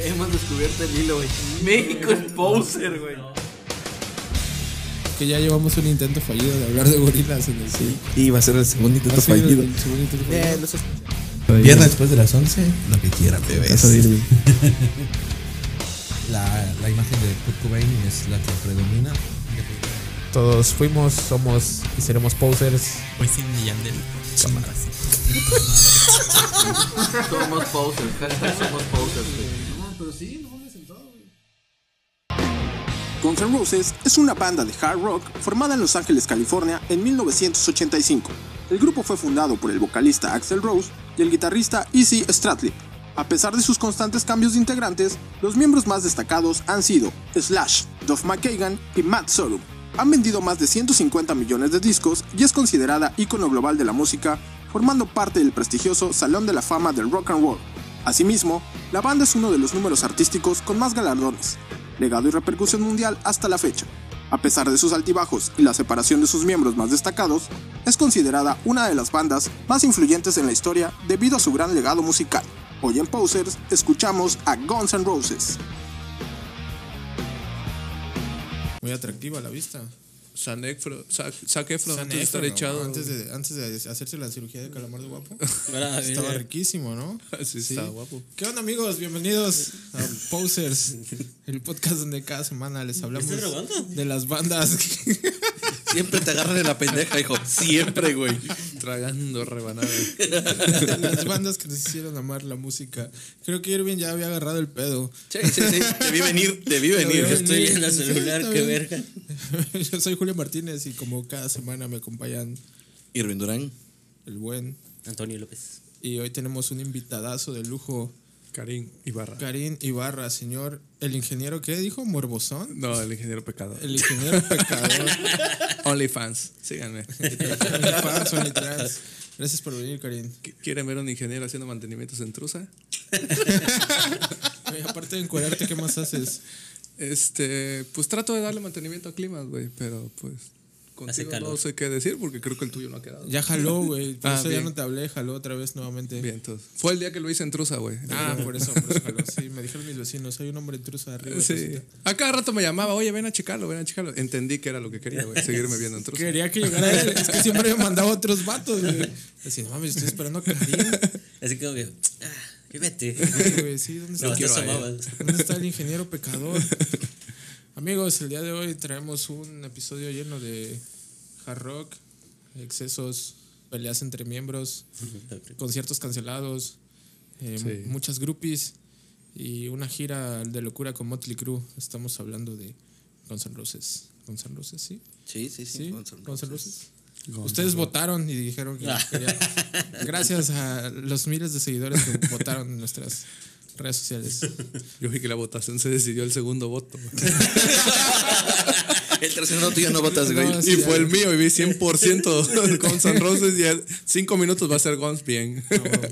Hemos descubierto el hilo, güey. México es poser, güey. Que ya llevamos un intento fallido de hablar de gorilas en el sí. Y va a ser el segundo intento Ha sido el fallido. segundo intento fallido. Eh, no sé. Viernes después de las 11, lo que quieran, bebés. La, la imagen de Kurt Cobain es la que predomina. Todos fuimos, somos y seremos posers. Hoy sin Yandel. Cámaras. Somos posers. Hashtag somos posers, güey. Guns N' Roses es una banda de hard rock formada en Los Ángeles, California en 1985. El grupo fue fundado por el vocalista Axel Rose y el guitarrista Izzy Stradlin. A pesar de sus constantes cambios de integrantes, los miembros más destacados han sido Slash, Duff McKagan y Matt Sorum. Han vendido más de 150 millones de discos y es considerada ícono global de la música, formando parte del prestigioso Salón de la Fama del Rock and Roll. Asimismo, la banda es uno de los números artísticos con más galardones, legado y repercusión mundial hasta la fecha. A pesar de sus altibajos y la separación de sus miembros más destacados, es considerada una de las bandas más influyentes en la historia debido a su gran legado musical. Hoy en Posers escuchamos a Guns N' Roses. Muy atractiva a la vista. San Efron, Zac, Zac Efron, antes de estar Efron, echado. Antes de, antes de hacerse la cirugía de calamar de guapo. Ahora, Estaba mira, riquísimo, ¿no? Sí, estaba guapo. ¿Qué onda, amigos? Bienvenidos a Posers, el podcast donde cada semana les hablamos ¿Me estás grabando? de las bandas. que- Siempre te agarran de la pendeja, hijo. Siempre, güey. Tragando rebanadas. de las bandas que nos hicieron amar la música. Creo que Irving ya había agarrado el pedo. Sí, sí, sí. Te vi venir, te vi Te vi venir. Estoy viendo el Sí, celular, está qué bien. verga. Yo soy Julio Martínez y como cada semana me acompañan Irving Durán. el buen. Antonio López. Y hoy tenemos un invitadazo de lujo, Karim Ibarra. Karim Ibarra, señor. ¿El ingeniero qué dijo? ¿Morbosón? No, el ingeniero pecado. El ingeniero pecador. OnlyFans, síganme. OnlyFans, OnlyTrans. Gracias por venir, Karim. ¿Qui- ¿Quieren ver a un ingeniero haciendo mantenimientos en Trusa? Oye, aparte de encuadrarte, ¿qué más haces? Este, pues trato de darle mantenimiento a climas, güey, pero pues Hace contigo calor. no sé qué decir porque creo que el tuyo no ha quedado. Ya jaló, güey. Por Ah, eso ya bien. no te hablé, jaló otra vez nuevamente. Bien, entonces. Fue el día que lo hice en Trusa, güey. Ah, por eso, por eso jaló. Sí, me dijeron mis vecinos, hay un hombre intruso arriba. Sí. A cada rato me llamaba, oye, ven a checarlo, ven a checarlo. Entendí que era lo que quería, güey, seguirme viendo en Trusa. Quería que llegara él. Es que siempre me mandaba otros vatos, güey. Decía, no mames, estoy esperando a Karim. Así como que, ah, y vete. Sí, güey, sí, ¿dónde está? No, te Quiero a él. asomabas. ¿Dónde está el ingeniero pecador? Amigos, el día de hoy traemos un episodio lleno de hard rock, excesos, peleas entre miembros, conciertos cancelados, eh, Sí. muchas groupies y una gira de locura con Motley Crue. Estamos hablando de Guns N' Roses. ¿Guns N' Roses, sí? Sí, sí, ¿Sí? sí. Guns N' Roses. Ustedes votaron y dijeron que los querían. Gracias a los miles de seguidores que votaron en nuestras redes sociales. Yo vi que la votación se decidió el segundo voto. güey. El tercero no, tú Ah, ya no votas, güey. No, sí. Y fue el mío y vi 100% Guns N' Roses y al 5 minutos va a ser Guns bien.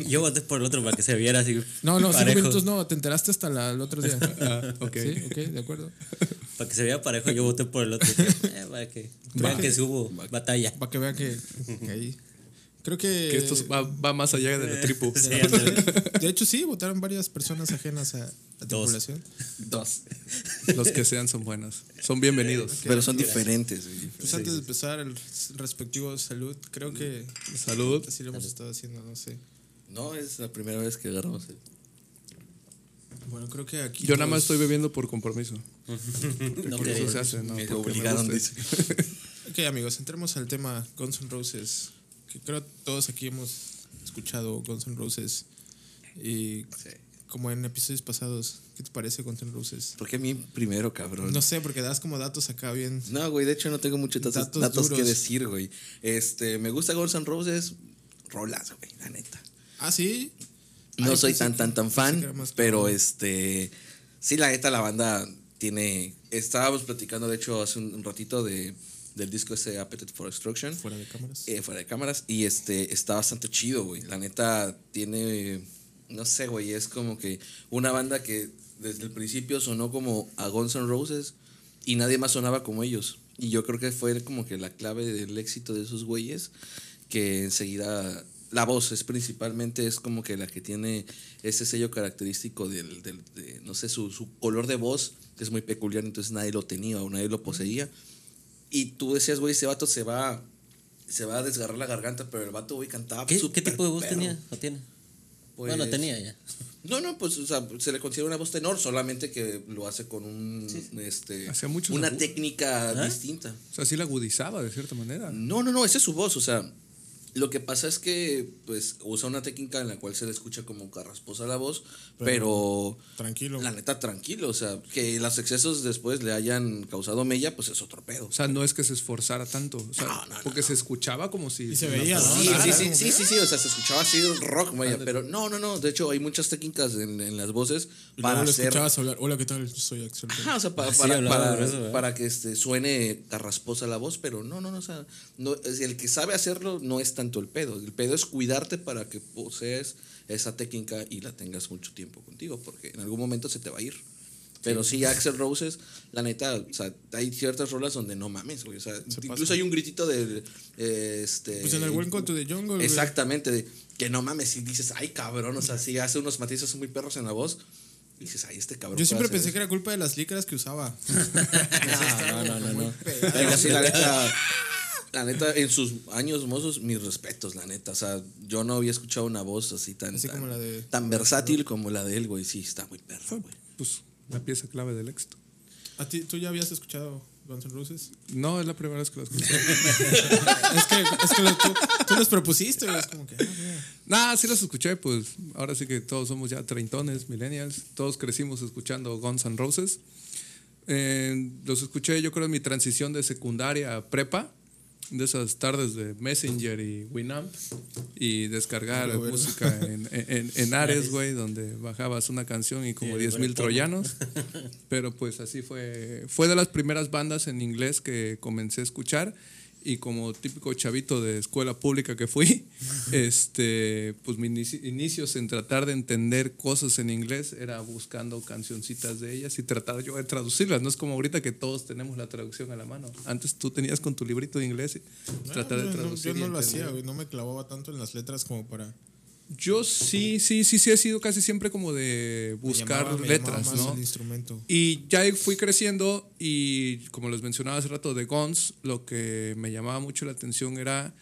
Yo voté por el otro para que se viera así. No, no, cinco parejo. minutos no, te enteraste hasta la- el otro día. Ah, ok. Sí, ok, de acuerdo. Para que se vea parejo, yo voté por el otro. Eh, para que vean que subo batalla. Para que vean que, que ahí. Creo que. eh, Que esto va, va más allá de la tripu. Sí, ándale. De hecho, sí, votaron varias personas ajenas a la tripulación. Dos. Los que sean son buenos. Son bienvenidos. Pero son diferentes, güey. Pues antes de empezar el respectivo salud, creo que Salud. así lo hemos estado haciendo, no sé. No, es la primera vez que agarramos el. Bueno, creo que aquí. Yo nada más todos- estoy bebiendo por compromiso. No Por eso quería. se hace, ¿no? Me Porque me obligaron, gusta. dice. Ok, amigos, entremos al tema Guns N' Roses. Que creo todos aquí hemos escuchado Guns N' Roses. Y como en episodios pasados, ¿qué te parece Guns N' Roses? ¿Por qué a mí primero, cabrón? No sé, porque das como datos acá bien. No, güey, de hecho no tengo muchos datos, Datos datos que duros. decir, güey. Este, me gusta Guns N' Roses, rolas, güey, la neta. Ah, sí. No Ay, soy pensé tan, que- tan, tan pensé que era fan, más pero este, sí, la neta, la banda tiene... Estábamos platicando, de hecho, hace un un ratito de, del disco ese Appetite for Destruction. Fuera de cámaras. Eh, fuera de cámaras. Y este está bastante chido, güey. La neta tiene. No sé, güey. Es como que una banda que desde el principio sonó como a Guns N' Roses y nadie más sonaba como ellos. Y yo creo que fue como que la clave del éxito de esos güeyes que enseguida la voz es principalmente, es como que la que tiene ese sello característico del, del- de, no sé, su, su color de voz, que es muy peculiar, entonces nadie lo tenía o nadie lo poseía. Y tú decías, güey, ese vato se va, se va a desgarrar la garganta, pero el vato, güey, cantaba ¿Qué, súper qué tipo de voz perro. tenía? ¿O tiene? Pues- Bueno, tenía ya. No, no, pues o sea, se le considera una voz tenor, solamente que lo hace con un, este, Hacía muchos una agu- técnica ¿Ah? distinta. O sea, sí la agudizaba de cierta manera. No, no, no, esa es su voz, o sea, lo que pasa es que pues usa una técnica en la cual se le escucha como carrasposa la voz, pero, Tranquilo. la neta tranquilo, o sea, que los excesos después le hayan causado mella, pues es otro pedo. O sea, no es que se esforzara tanto. O sea, No, no, no, porque se escuchaba como si. Y se veía, ¿no? Sí, pues, Claro. sí, sí, sí, sí, sí, o sea, se escuchaba así rock, vaya, pero no, no, no, de hecho hay muchas técnicas en, en las voces Y para luego lo hacer escuchabas hablar. Hola, ¿qué tal? Yo soy Axel. Ajá, o sea, para, Ah, sí, para- hablaba para- grueso, ¿verdad? para que este, suene carrasposa la voz, pero no, no, no, o sea, no, es- el que sabe hacerlo no es tanto el pedo. El pedo es cuidarte para que posees esa técnica y la tengas mucho tiempo contigo, porque en algún momento se te va a ir. Pero sí, Axel Roses, la neta, o sea, hay ciertas rolas donde no mames, güey. O sea, incluso hay un gritito de. eh, Este, Pues en el Welcome to the Jungle, güey. Exactamente, de que no mames, si dices, ay cabrón, o sea, si hace unos matices muy perros en la voz, dices, ay, este Yo cabrón. puede siempre hacer pensé que era culpa de las lícaras que usaba. No, no, no, no. Pero sí, la neta, la neta, en sus años mozos, mis respetos, la neta. O sea, yo no había escuchado una voz así tan, Así tan, como la de- tan versátil como la de él, güey. Sí, está muy perro, güey. Pues la pieza clave del éxito. ¿A ti, ¿Tú ya habías escuchado Guns N' Roses? No, es la primera vez que lo escuché. es que, es que lo- tú, tú los propusiste, güey. Es como que. ah, mira. Nah, sí los escuché, pues ahora sí que todos somos ya treintones, millennials, todos crecimos escuchando Guns N' Roses. Eh, los escuché yo creo en mi transición de secundaria a prepa, de esas tardes de Messenger y Winamp, y descargar música en, en- en Ares, güey, donde bajabas una canción y como Sí, 10 mil bueno, troyanos. Pero pues así fue. Fue de las primeras bandas en inglés que comencé a escuchar. Y como típico chavito de escuela pública que fui, este, pues mis inici- inicios en tratar de entender cosas en inglés era buscando cancioncitas de ellas y tratar yo de traducirlas. No es como ahorita que todos tenemos la traducción a la mano. Antes tú tenías con tu librito de inglés y tratar No, de no, no, traducir. yo y no lo entender. hacía, güey. No me clavaba tanto en las letras como para. Yo sí, sí, sí, sí he sido casi siempre como de buscar llamaba- me letras, llamaba más ¿no? el instrumento. Y ya fui creciendo y como les mencionaba hace rato de Guns, lo que me llamaba mucho la atención era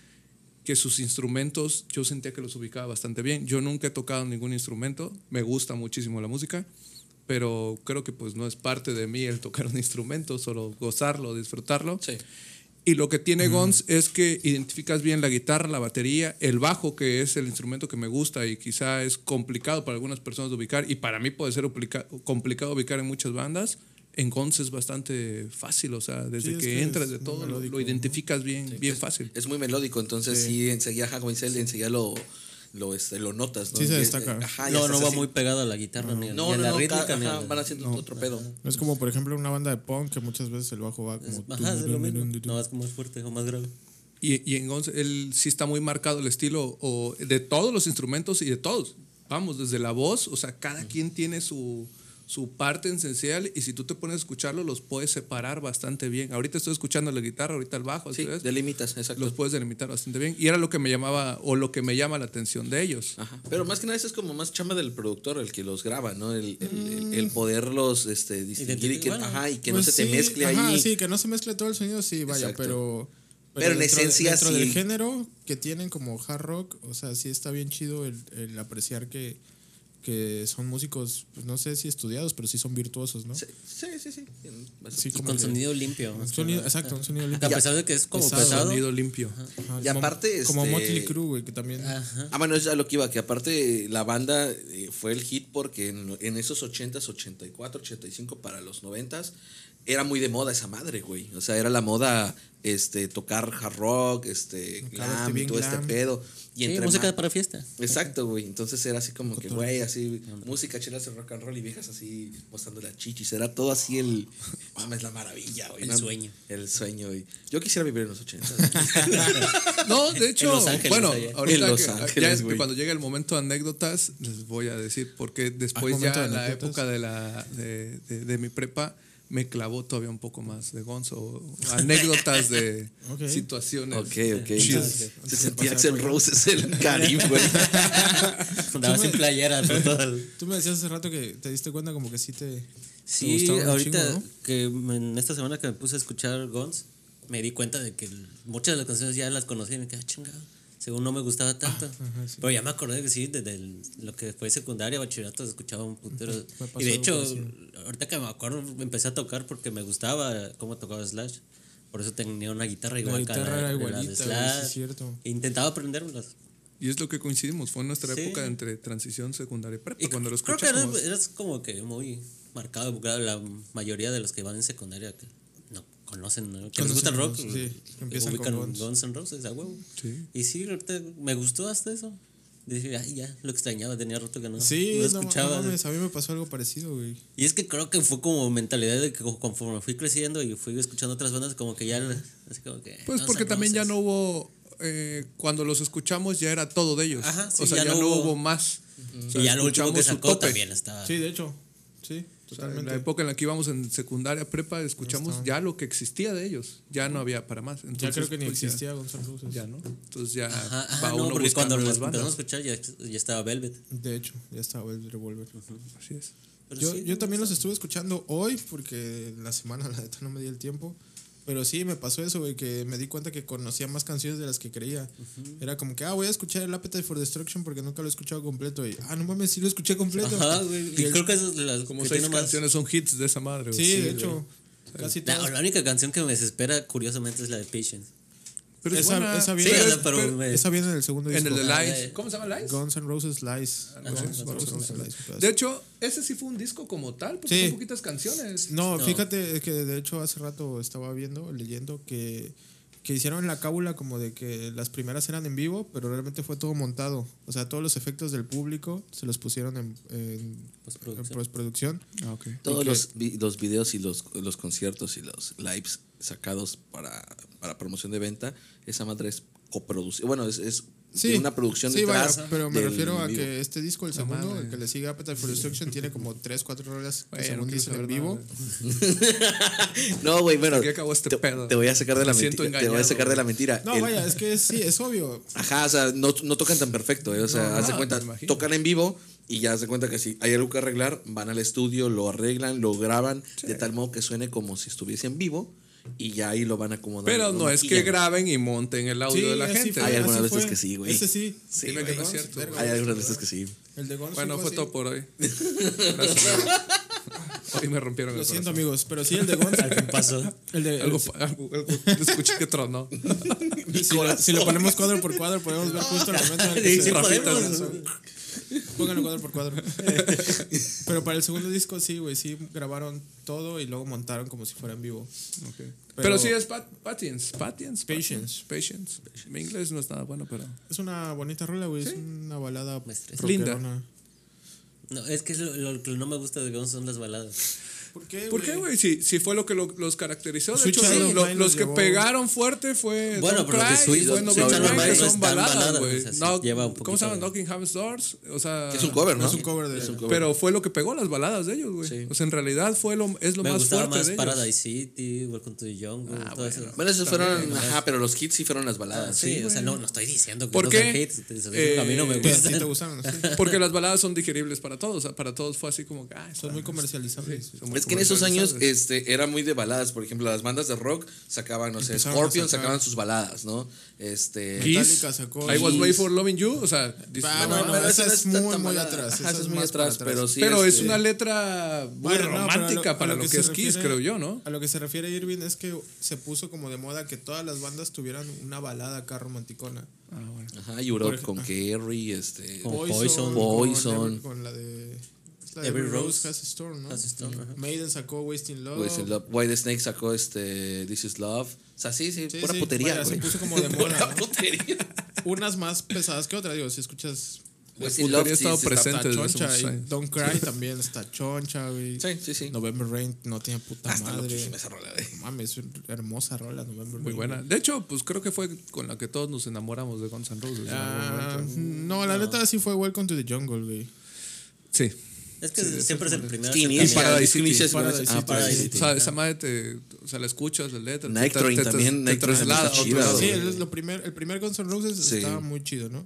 que sus instrumentos yo sentía que los ubicaba bastante bien. Yo nunca he tocado ningún instrumento, me gusta muchísimo la música, pero creo que pues no es parte de mí el tocar un instrumento, solo gozarlo, disfrutarlo. Sí. Y lo que tiene Gons es que identificas bien la guitarra, la batería, el bajo, que es el instrumento que me gusta y quizá es complicado para algunas personas de ubicar, y para mí puede ser uplica- complicado ubicar en muchas bandas. En Gons es bastante fácil, o sea, desde Sí, es que, que entras es de muy todo, lo- lo, melódico, identificas bien, bien fácil. Es muy melódico, entonces sí, enseguida, ajá, como dice él, enseguida lo, lo, este, lo notas. ¿no? Sí se Y, eh, destaca. ajá, ya No, estás no va así. muy pegado a la guitarra ni, a- ni No, a no, la no, rítmica. ca- ni a ajá, la- van haciendo otro pedo. No es como, por ejemplo, una banda de punk que muchas veces el bajo va como. Ajá, es lo mismo. No, es como más fuerte o más grave. Y, y en Guns, él sí está muy marcado el estilo o de todos los instrumentos y de todos. Vamos, desde la voz, o sea, cada quien tiene su, su parte esencial y si tú te pones a escucharlo, los puedes separar bastante bien. Ahorita estoy escuchando la guitarra, ahorita el bajo, Sí, así es. delimitas, exacto. los puedes delimitar bastante bien. Y era lo que me llamaba o lo que me llama la atención de ellos. Ajá. Pero más que nada eso es como más chamba del productor, el que los graba, ¿no? El, el, el- el poderlos este, distinguir y que, Identificar. ajá, y que Mm. Pues no se sí, te mezcle ajá, ahí. sí, que no se mezcle todo el sonido, sí, vaya, Exacto. pero. Pero en dentro de- esencia, dentro sí. del género que tienen como hard rock, o sea, sí está bien chido el, el apreciar que, que son músicos, pues, no sé si estudiados, pero sí son virtuosos, ¿no? Sí, sí, sí. sí. Sí, Y como con que- sonido limpio. un sonido- exacto, un sonido A limpio. pesar de que es como Pesado. pesado. Sonido limpio. Ah, Ajá, Y como- aparte, Como este- Motley Crue, güey, que también. Ajá. Ah, bueno, es a lo que iba, que aparte la banda eh, fue el hit porque en, en esos 80s, 84, 85 para los 90s era muy de moda esa madre, güey. O sea, era la moda este tocar hard rock, este Claro, glam este y bien todo glam. este pedo. Y Sí, entre música ma- para fiesta. Exacto, güey. Entonces era así como que, güey, así, música chelas de rock and roll y viejas así mostrando las chichis. Era todo así el. Mames, la maravilla, güey. El No, sueño. El sueño, güey. Yo quisiera vivir en los 80. No, de hecho, Los Ángeles, bueno, allá. ahorita En Los que- Ángeles, ya es- güey. cuando llegue el momento de anécdotas, les voy a decir, porque después ya momento de en la anécdotas. época de, la, de, de- de mi prepa, me clavó todavía un poco más de Gonzo. Anécdotas de Ok. situaciones. Ok, ok. Se, se sentía Axel Rose es el Caribe, güey. Andaba sin playera, por todo el- Tú me decías hace rato que te diste cuenta como que sí te. Sí, gustaba un ahorita chingo, ¿no? que me- en esta semana que me puse a escuchar Guns, me di cuenta de que el- muchas de las canciones ya las conocí y me quedé "Ah, chingado. Según no me gustaba tanto. Pero ya me acordé que sí, desde el- lo que fue secundaria, bachillerato, escuchaba un puntero. pasó Y de algo hecho, ahorita que me acuerdo, empecé a tocar porque me gustaba cómo tocaba Slash. Por eso tenía una guitarra igual que guitarra era de igualita, de güey, sí es Slash. cierto. E Intentaba aprendérmelas. Y es lo que coincidimos. Fue nuestra Sí. época entre transición secundaria y prepa. Y cuando lo creo que pues, eras, escuchamos. eras como que muy marcado, porque la mayoría de los que van en secundaria que no conocen, ¿no? que les gusta el rock, Conocen Guns, sí, eh, empiezan ubican con Guns. Guns N' Roses, a huevo. Sí. Y sí, ahorita me gustó hasta eso. Dije, ay, ya, lo extrañaba, tenía rato que no, Sí, no no, escuchaba. no mames, a mí me pasó algo parecido, güey. y es que creo que fue como mentalidad de que como- conforme fui creciendo y fui escuchando otras bandas, como que ya, así como que... Pues Guns porque N' también ya Roses. no hubo. eh, cuando los escuchamos ya era todo de ellos. Ajá, sí, o sea, ya, no hubo, más. O sea, Y ya lo último que escuchamos su sacó tope. también estaba... Sí, de hecho. Sí, O sea, en totalmente. la época en la que íbamos en secundaria, prepa, escuchamos ya lo que existía de ellos. Ya no había para más. ya Entonces, creo que ni pues, ya- existía Gonzalo Roses. Ya, ¿no? Entonces ya Ajá, va ajá, uno no, porque buscando cuando lo las empezamos a bandas. escuchar ya, ya estaba Velvet. De hecho, ya estaba el revolver. Así es. Pero Yo, sí, yo me también los gusta. estuve escuchando hoy porque la semana la neta no me di el tiempo. Pero sí, me pasó eso, güey, que me di cuenta que conocía más canciones de las que creía. Era como que, ah, voy a escuchar el Appetite for Destruction porque nunca lo he escuchado completo. Y, ah, no mames, sí lo escuché completo. Ajá, güey. Y Y el- creo que esas son las Como Pues, que seis tiene más- canciones son hits de esa madre. güey. sí, de güey. hecho, casi La, todas. la única canción que me desespera, curiosamente, es la de Patience. Pero es esa, buena. esa Sí, viene, o sea, pero, me- esa viene en el segundo en disco. el de Ah, Lies. eh. ¿Cómo se llama Lies? Guns N' Roses Lies. Ah, Guns N' Roses Lies. De hecho, ese sí fue un disco como tal, porque Sí. son poquitas canciones. No, No. fíjate que de hecho hace rato estaba viendo, leyendo que, que hicieron la cábula como de que las primeras eran en vivo, pero realmente fue todo montado. O sea, todos los efectos del público se los pusieron en, en- Postproducción. en postproducción. Ah, ok. Todos los, vi- los videos y los, los conciertos y los lives sacados para, para promoción de venta, esa madre es coproducida. Bueno, es, es Sí, tiene una producción sí, detrás. vaya, pero me del refiero a vivo. que este disco, el segundo, madre. el que le sigue Appetite for Destruction, tiene como 3, 4 rolas que Bueno, según quiero dicen saber en nada, vivo. güey. No, güey, bueno. Aquí acabó este te, pedo. te voy a sacar de la Me siento mentira. Te voy a engañado, sacar de la mentira. No, El- vaya, es que sí, es obvio. Ajá, o sea, no, no tocan tan perfecto, ¿eh? o sea, haz de no, cuenta, me imagino. tocan en vivo y ya haz de cuenta que si hay algo que arreglar, van al estudio, lo arreglan, lo graban de tal modo que suene como si estuviese en vivo y ya ahí lo van acomodando. Pero no es que graben y monten el audio de la así gente. fue, Hay algunas así veces fue. que sí, güey. Ese sí. Sí, Dime que güey. no es cierto. Verga. Hay algunas veces que sí. El de Guns Bueno, fue así. todo por hoy. Gracias. Hoy me rompieron Lo el siento, corazón. amigos, pero sí, el de Guns. Pasó. El de, Algo, pa- algo, algo escuché que tronó. Si lo, si lo ponemos cuadro por cuadro, podemos ver justo el momento en el que se- Sí, sí podemos. Pónganlo cuadro por cuadro. Pero para el segundo disco, sí, güey, sí grabaron todo y luego montaron como si fuera en vivo. Pero, Pero- sí es pat- patience, patience. Patience. Patience. Mi inglés no es nada bueno, pero. Es una bonita rola, güey, es una balada Me estresa. rockerona. Linda. No, es que lo, lo que no me gusta de Guns son las baladas. ¿Por qué, ¿Por qué, güey? Si, si fue lo que lo- los caracterizó. De Sweet hecho, Child lo- of lo- Mine los los que llevó- pegaron fuerte fue. Bueno, Don't pero de Cry, fue Sweet- Sweet No Child of Beat Mine Me, no que es pues, son tan baladas, balada, güey. o sea, sí No, lleva un ¿Cómo se llama? poquito Nottingham's Doors. O sea. Es un cover, ¿no? Es un cover de. Pero fue lo que pegó las baladas de ellos, güey. O sea, en realidad fue lo, es lo me más gustaba fuerte más de ellos. Paradise City, Welcome to the Jungle, todo eso. Bueno, esos fueron, ajá, pero los hits sí fueron las Ah, baladas. sí, o sea, no, no estoy diciendo que ¿Por no qué? sean hits, te- te- a mí no me Eh, Que a ti te gustan. gustaron, sí. Porque las baladas son digeribles para todos. o sea, Para todos fue así como que. ah, Son está- muy comercializables. son muy Es que en esos años comercializables. este, era muy de baladas. Por ejemplo, las bandas de rock sacaban, no sé, Empezaron a Scorpion sacar- sacaban sus baladas, ¿no? Este, Kiss, Metallica sacó- I was Kiss. made for loving you. O sea, dices, Ah, no, bueno, no, esa pero es no muy, tan muy balada. atrás, Ajá, esa esa es es muy más atrás, para pero atrás. sí. Pero es este, una letra muy Bueno, no, pero a lo- romántica a para lo, que, se es Kiss, refiere- creo yo, ¿no? A lo que se refiere Irving es que se puso como de moda que todas las bandas tuvieran una balada acá romanticona. Ajá, Europe con Kerry, este. Con Poison. Poison. Con, la de. es la de Every Every Rose, Rose Has a Storm, ¿no? Has a Storm, ajá. Maiden sacó Wasting Love. With pues, Love. Why the Snake sacó este This Is Love. O sea, sí, sí, Sí, pura sí, putería, vaya, se güey. puso como de moda, Pura ¿no? putería. Unas más pesadas que otras, digo, si escuchas. With putería Love Pues estaba sí, sí, está- eh. Está presente desde hace choncha muchos y años. Don't Cry también está choncha, güey. Sí, sí, sí. November Rain no tiene puta Hasta madre. loquísima esa rola, güey. No Mames, es una hermosa rola, November Muy Rain. buena. De hecho, pues creo que fue con la que todos nos enamoramos de Guns N' Roses. en algún Ah, momento. no, la neta sí fue Welcome to the Jungle, güey. Sí. Es que siempre es el primero. que acercamiento. inicias, es que Paradise inicias City. pues, con Paradise esa- City. ah, Paradise Paradise City. O sea, esa madre te, o sea, la escuchas, la letra. Night te- Train te- te- también, te Night Train también traslada está a otro chida, lado. güey. Sí, es lo primer, el primer Guns N' Roses Sí. estaba muy chido, ¿no?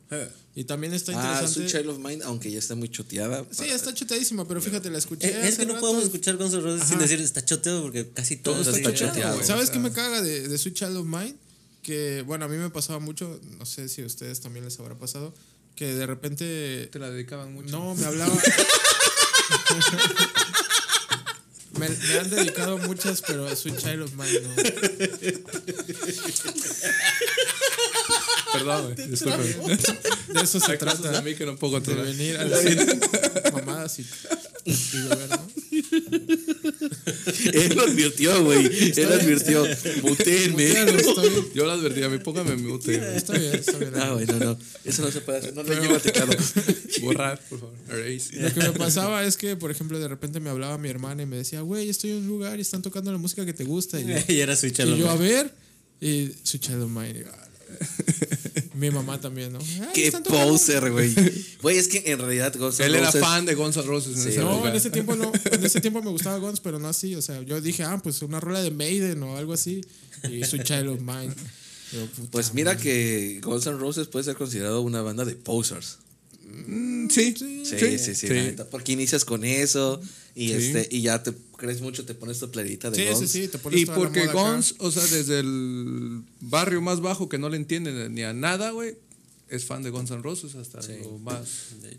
Y también está Ah, Sweet interesante. Child of Mine, aunque ya está muy choteada. sí, está chutadísima, pero fíjate, la escuché. Eh, Es, es hace que no rato. podemos escuchar Guns N' Roses sin decir está choteado porque casi todo, Todo está, está choteado, choteado. güey. ¿Sabes qué me caga de, de Sweet Child of Mine? Que, bueno, a mí me pasaba mucho, no sé si a ustedes también les habrá pasado, que de repente Te la dedicaban mucho. No, me hablaba. me, me han dedicado muchas, pero soy Child of Mine, no. Perdón, güey. Disculpen. De eso se Hay cosas trata. de mí que no puedo De controlar. venir a las mamadas y, y beber, ¿no? Él lo advirtió, güey. Él advirtió. Claro, Mutenme. está bien, Yo la advertí, a mí póngame mute. güey. está bien, está bien. Ah, güey, no, no. Eso no se puede hacer. No le llego al teclado. Borrar, por favor. Erase. Lo que me pasaba es que, por ejemplo, de repente me hablaba mi hermana y me decía, güey, estoy en un lugar y están tocando la música que te gusta. Y yo, Y era Sweet Child y of yo, a Mine. ver, y soy Child of Mine. Y yo, "Ah, la- mi mamá también, ¿no? "Ay, Qué están tocando poser, güey. Güey, es que en realidad Guns N' Él era Roses- fan de Guns N' Roses en Sí. esa No, época. en ese tiempo no. En ese tiempo me gustaba Guns, pero no así. O sea, yo dije, ah, pues una rola de Maiden o algo así. Y soy Child of Mine. Pero, puta, Pues mira que Guns N' Roses puede ser considerado una banda de posers. Sí. Sí, sí, sí, la neta, Porque inicias con eso y este y ya te crees mucho, te pones tu playerita de Sí, sí, Guns. sí, te pones Y toda la porque moda acá. Guns, o sea, desde el barrio más bajo que no le entienden ni a nada, güey, es fan de Guns N' Roses hasta lo más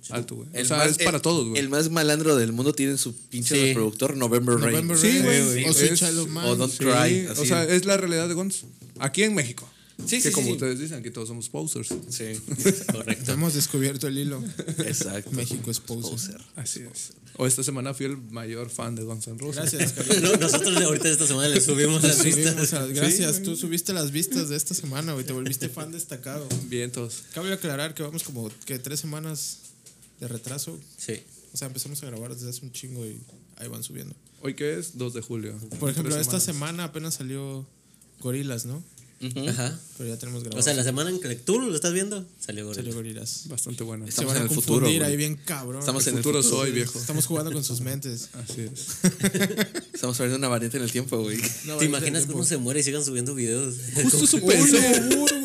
alto, güey. O El sea, más- es para el- todos, güey. El más malandro del mundo tiene su pinche Sí. productor November, November Rain. Sí, Rain, güey, O sí, soy es- Child of Mine. o Don't Sí, Cry. o sea, es la realidad de Guns. Aquí en México. Sí, que sí, como sí. ustedes dicen, aquí todos somos posers. Sí, Hemos descubierto el hilo. exacto. México es poser. Así es. O esta semana fui el mayor fan de Guns N' Roses. Gracias, Carlos. No, nosotros ahorita esta semana le subimos las Subimos vistas. a- gracias, tú subiste las vistas de esta semana, güey. Te volviste fan destacado. Vientos. Cabe aclarar que vamos como que tres semanas de retraso. Sí. O sea, empezamos a grabar desde hace un chingo y ahí van subiendo. Hoy que es 2 de julio. Por ejemplo, Tres esta semanas. semana apenas salió Gorilas, ¿no? Ajá. Pero ya tenemos grabado. O sea, la semana en que tú lo estás viendo, salió gordo. Salió Gorilas. Bastante buena. Se Estamos van a en el confundir futuro. güey. ahí bien cabrón. Estamos en el futuro futuro. soy, viejo. Estamos jugando con sus mentes. Así es. Estamos abriendo una variante en el tiempo, güey. ¿Te imaginas cómo se muere y sigan subiendo videos? Justo eso pensé.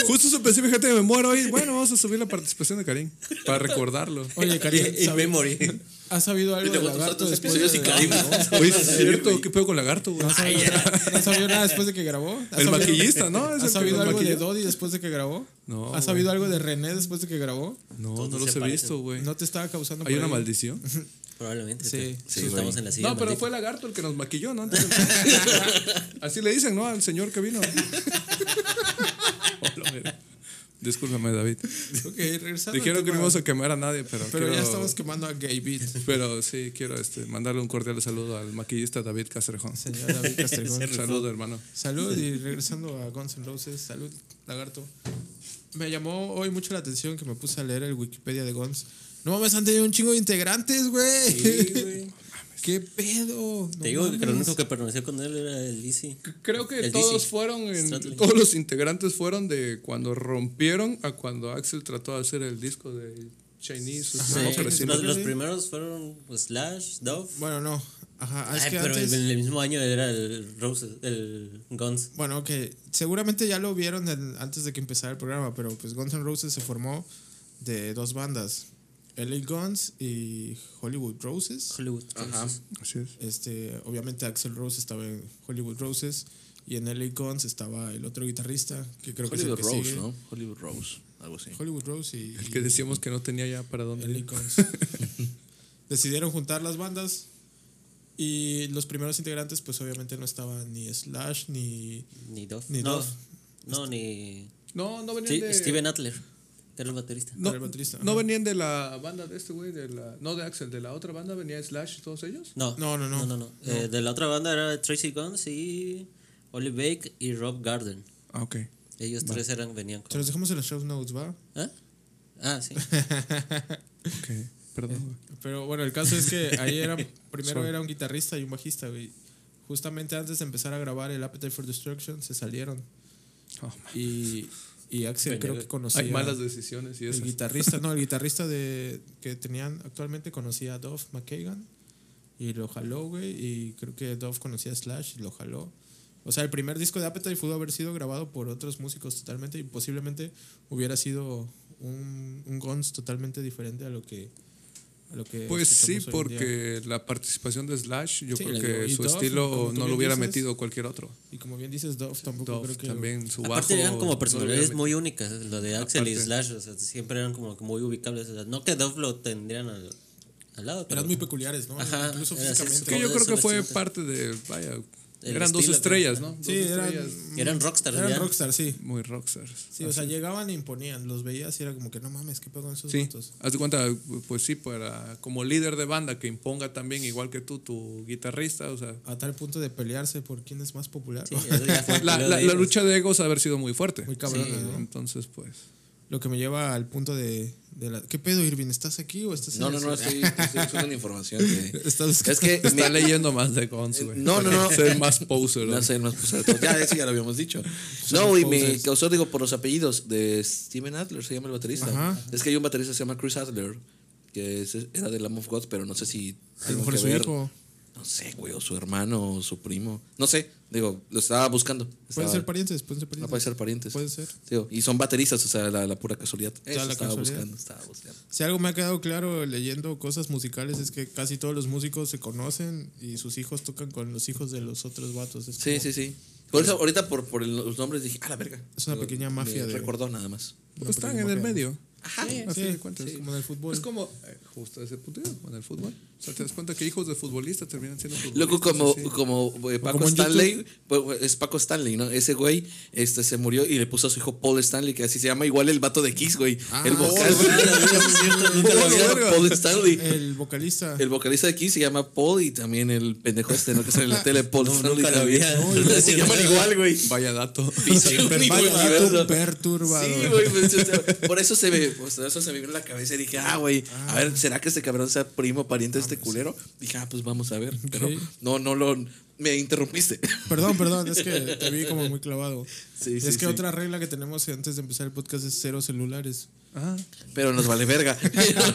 Justo eso pensé, fíjate, me muero hoy. Bueno, vamos a subir la participación de Karim para recordarlo. Oye, Karim, In memory. ¿has sabido algo de Lagarto después de episodios y caímos. Pues, Oye, es cierto, ¿qué pedo con Lagarto, güey? ¿No has sabido nada- no has sabido nada después de que grabó? ¿Has El sabido- maquillista, ¿no? Es el ¿Has que sabido nos algo de maquilló. Dodi después de que grabó? No, ¿Has sabido algo de René después de que grabó? No, Todos no los se he parecen. visto, güey. ¿No te estaba causando ¿Hay por una ahí? maldición? Probablemente. Sí, Sí. estamos en la silla. No, pero maldita. fue Lagarto el que nos maquilló, ¿no? Antes de- Así le dicen, ¿no? Al señor que vino. Hola, mira. Discúlpame, David. Ok, regresando. al Dijeron que no tema, íbamos a quemar a nadie, pero. Pero quiero- ya estamos quemando a Gay Beat, Pero sí, quiero este, mandarle un cordial saludo al maquillista David Castrejón. señor David Castrejón. Saludo, hermano. Salud y regresando a Guns N' Roses, salud, lagarto. Me llamó hoy mucho la atención que me puse a leer el Wikipedia de Guns. No mames, han tenido un chingo de integrantes, güey. ¿Qué pedo? No Te digo que mames. lo único que permaneció con él era el Easy. Creo que El todos DC. fueron, en- Stradley. todos los integrantes fueron de cuando rompieron a cuando Axel trató de hacer el disco de Chinese. Democracy. Sí, los, los primeros fueron pues, Slash, Dove. Bueno, no. Ajá, es Ay, que pero antes. el, el mismo año era el Roses, el Guns. Bueno, que seguramente ya lo vieron en- antes de que empezara el programa, pero pues Guns N' Roses se formó de dos bandas: LA Guns y Hollywood Roses. Hollywood. Roses. Así es. Este, obviamente Axel Rose estaba en Hollywood Roses y en LA Guns estaba el otro guitarrista que creo Hollywood que es el que Rose, sigue. ¿no? Hollywood Rose, algo así. Hollywood Rose y, El que decíamos que no tenía ya para y dónde. LA ir. Guns. Decidieron juntar las bandas y los primeros integrantes pues obviamente no estaban ni Slash ni Ni Dove. Ni no, Dove. no, ni. No, no venían Sí, de. Steven Adler, que era el baterista. no, el baterista, no ajá. venían de la banda de este güey, de la, no de Axel, de la otra banda venía Slash y todos ellos. No, No, no, no. no, Eh, de la otra banda era Tracy Guns y Oli Bake y Rob Garden. Ah, ok. Ellos tres eran, venían Se con. los dejamos en los show notes, ¿va? ¿Ah? Ah, sí. Ok, perdón. güey. Pero bueno, el caso es que ahí era, primero era un guitarrista y un bajista, güey. Justamente antes de empezar a grabar el Appetite for Destruction se salieron Oh, man. y, y Axel creo que conocía Hay malas decisiones y Eh, El esas. guitarrista, no, el guitarrista de, que tenían actualmente conocía a Dove McKagan Y lo jaló, güey. Y creo que Dove conocía a Slash y lo jaló. O sea, el primer disco de Appetite pudo haber sido grabado por otros músicos totalmente y posiblemente hubiera sido un, un Guns totalmente diferente a lo que. A lo que Pues sí, escuchamos hoy en día. porque la participación de Slash, yo Sí, creo le digo, que y su Duff, como estilo tú no bien lo hubiera dices, metido cualquier otro. Y como bien dices, Dove tampoco Duff creo que. también, su bajo. Aparte eran no como lo personalidades hubiera muy únicas, lo de Axel y Aparte. Slash, o sea, siempre eran como que muy ubicables. o sea, no que Dove lo tendrían al, al lado, pero Eran muy peculiares, ¿no? Ajá, Incluso era así, físicamente. Que yo Todo creo eso que fue bastante. parte de. Vaya, El eran dos estilo, estrellas, creo. ¿no? Sí, Dos eran, estrellas eran rockstars. eran ya. rockstar, sí. Muy rockstars. Sí, o sea, llegaban e imponían, los veías y era como que no mames, ¿qué pedo con esos Sí, vatos?". haz de cuenta, pues sí, para, como líder de banda que imponga también, igual que tú, tu guitarrista, o sea. A tal punto de pelearse por quién es más popular. Sí, eso ya fue La, lo la- de la ellos. lucha de egos ha haber sido muy fuerte. Muy cabrona, Sí, ¿no? Entonces, pues. Lo que me lleva al punto de, de la- ¿Qué pedo, Irving? ¿Estás aquí o estás en No, no, el- no, estoy, estoy buscando información. que- Estás- es que Está me- leyendo más de Guns, güey. Eh, No, no, no. Ser más poser. No güey. sé, nos puso de todo. Ya, eso ya lo habíamos dicho. No, y me causó, digo, por los apellidos de Steven Adler, se llama el baterista. Es que hay un baterista que se llama Chris Adler, que es- era de Lamb of God, pero no sé si. A lo tengo mejor que es su ver. hijo. No sé, güey, o su hermano, o su primo. No sé, digo, lo estaba buscando. Pueden Estaba- ser parientes, pueden ser parientes. No puede ser parientes. Pueden ser. Digo, y son bateristas, o sea, la, la pura casualidad. Eso la estaba casualidad. buscando, estaba buscando. Si algo me ha quedado claro leyendo cosas musicales es que casi todos los músicos se conocen y sus hijos tocan con los hijos de los otros vatos. Es Sí, como- sí, sí. Por eso, ahorita por, por el- los nombres dije, ah, la verga. Es una Digo, pequeña me mafia de- Recordó nada más. Pues están en el medio. Ajá, sí, a fin de cuentas. sí, como en el fútbol. Es como, eh, justo ese punto, con el fútbol. O sea, te das cuenta que hijos de futbolistas terminan siendo futbolistas. Loco, como, así. como eh, Paco como en Stanley, pues, es Paco Stanley, ¿no? Ese güey este, se murió y le puso a su hijo Paul Stanley, que así se llama, igual el vato de Kiss, güey. Ah, el vocal. Nunca lo había- Paul Stanley. El vocalista. El vocalista de Kiss se llama Paul y también el pendejo este, ¿no? Que sale en la tele, Paul No, Stanley nunca lo también. había. se llaman igual, güey. Vaya dato. Único Vaya dato universo. perturbador. Sí, güey. pues, o sea, por eso se me, pues, por eso se me vino en la cabeza y dije, ah, güey, a ver, ¿será que este cabrón sea primo, pariente de este culero? Dije, ah, pues vamos a ver. Pero Ok. no, no lo. Me interrumpiste. Perdón, perdón, es que te vi como muy clavado. Sí, es sí, que sí. otra regla que tenemos antes de empezar el podcast es cero celulares. Ah, Pero nos vale verga.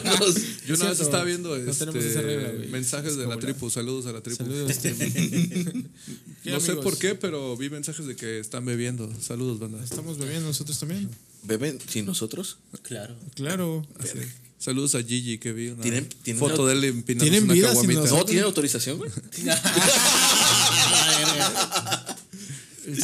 yo Nos- una vez Cierto. estaba viendo No este, tenemos esa regla, güey. mensajes de la tripu. Saludos a la tripu. Saludos. este, ¿Qué, No sé amigos? por qué, pero vi mensajes de que están bebiendo. Saludos, banda. Estamos bebiendo nosotros también. ¿Beben sin nosotros? Claro. Claro. Saludos a Gigi que vi una ¿Tienen- tienen- foto de él empinando ¿Tienen una vida sin caguamita. nosotros? No, ¿tienen autorización, güey?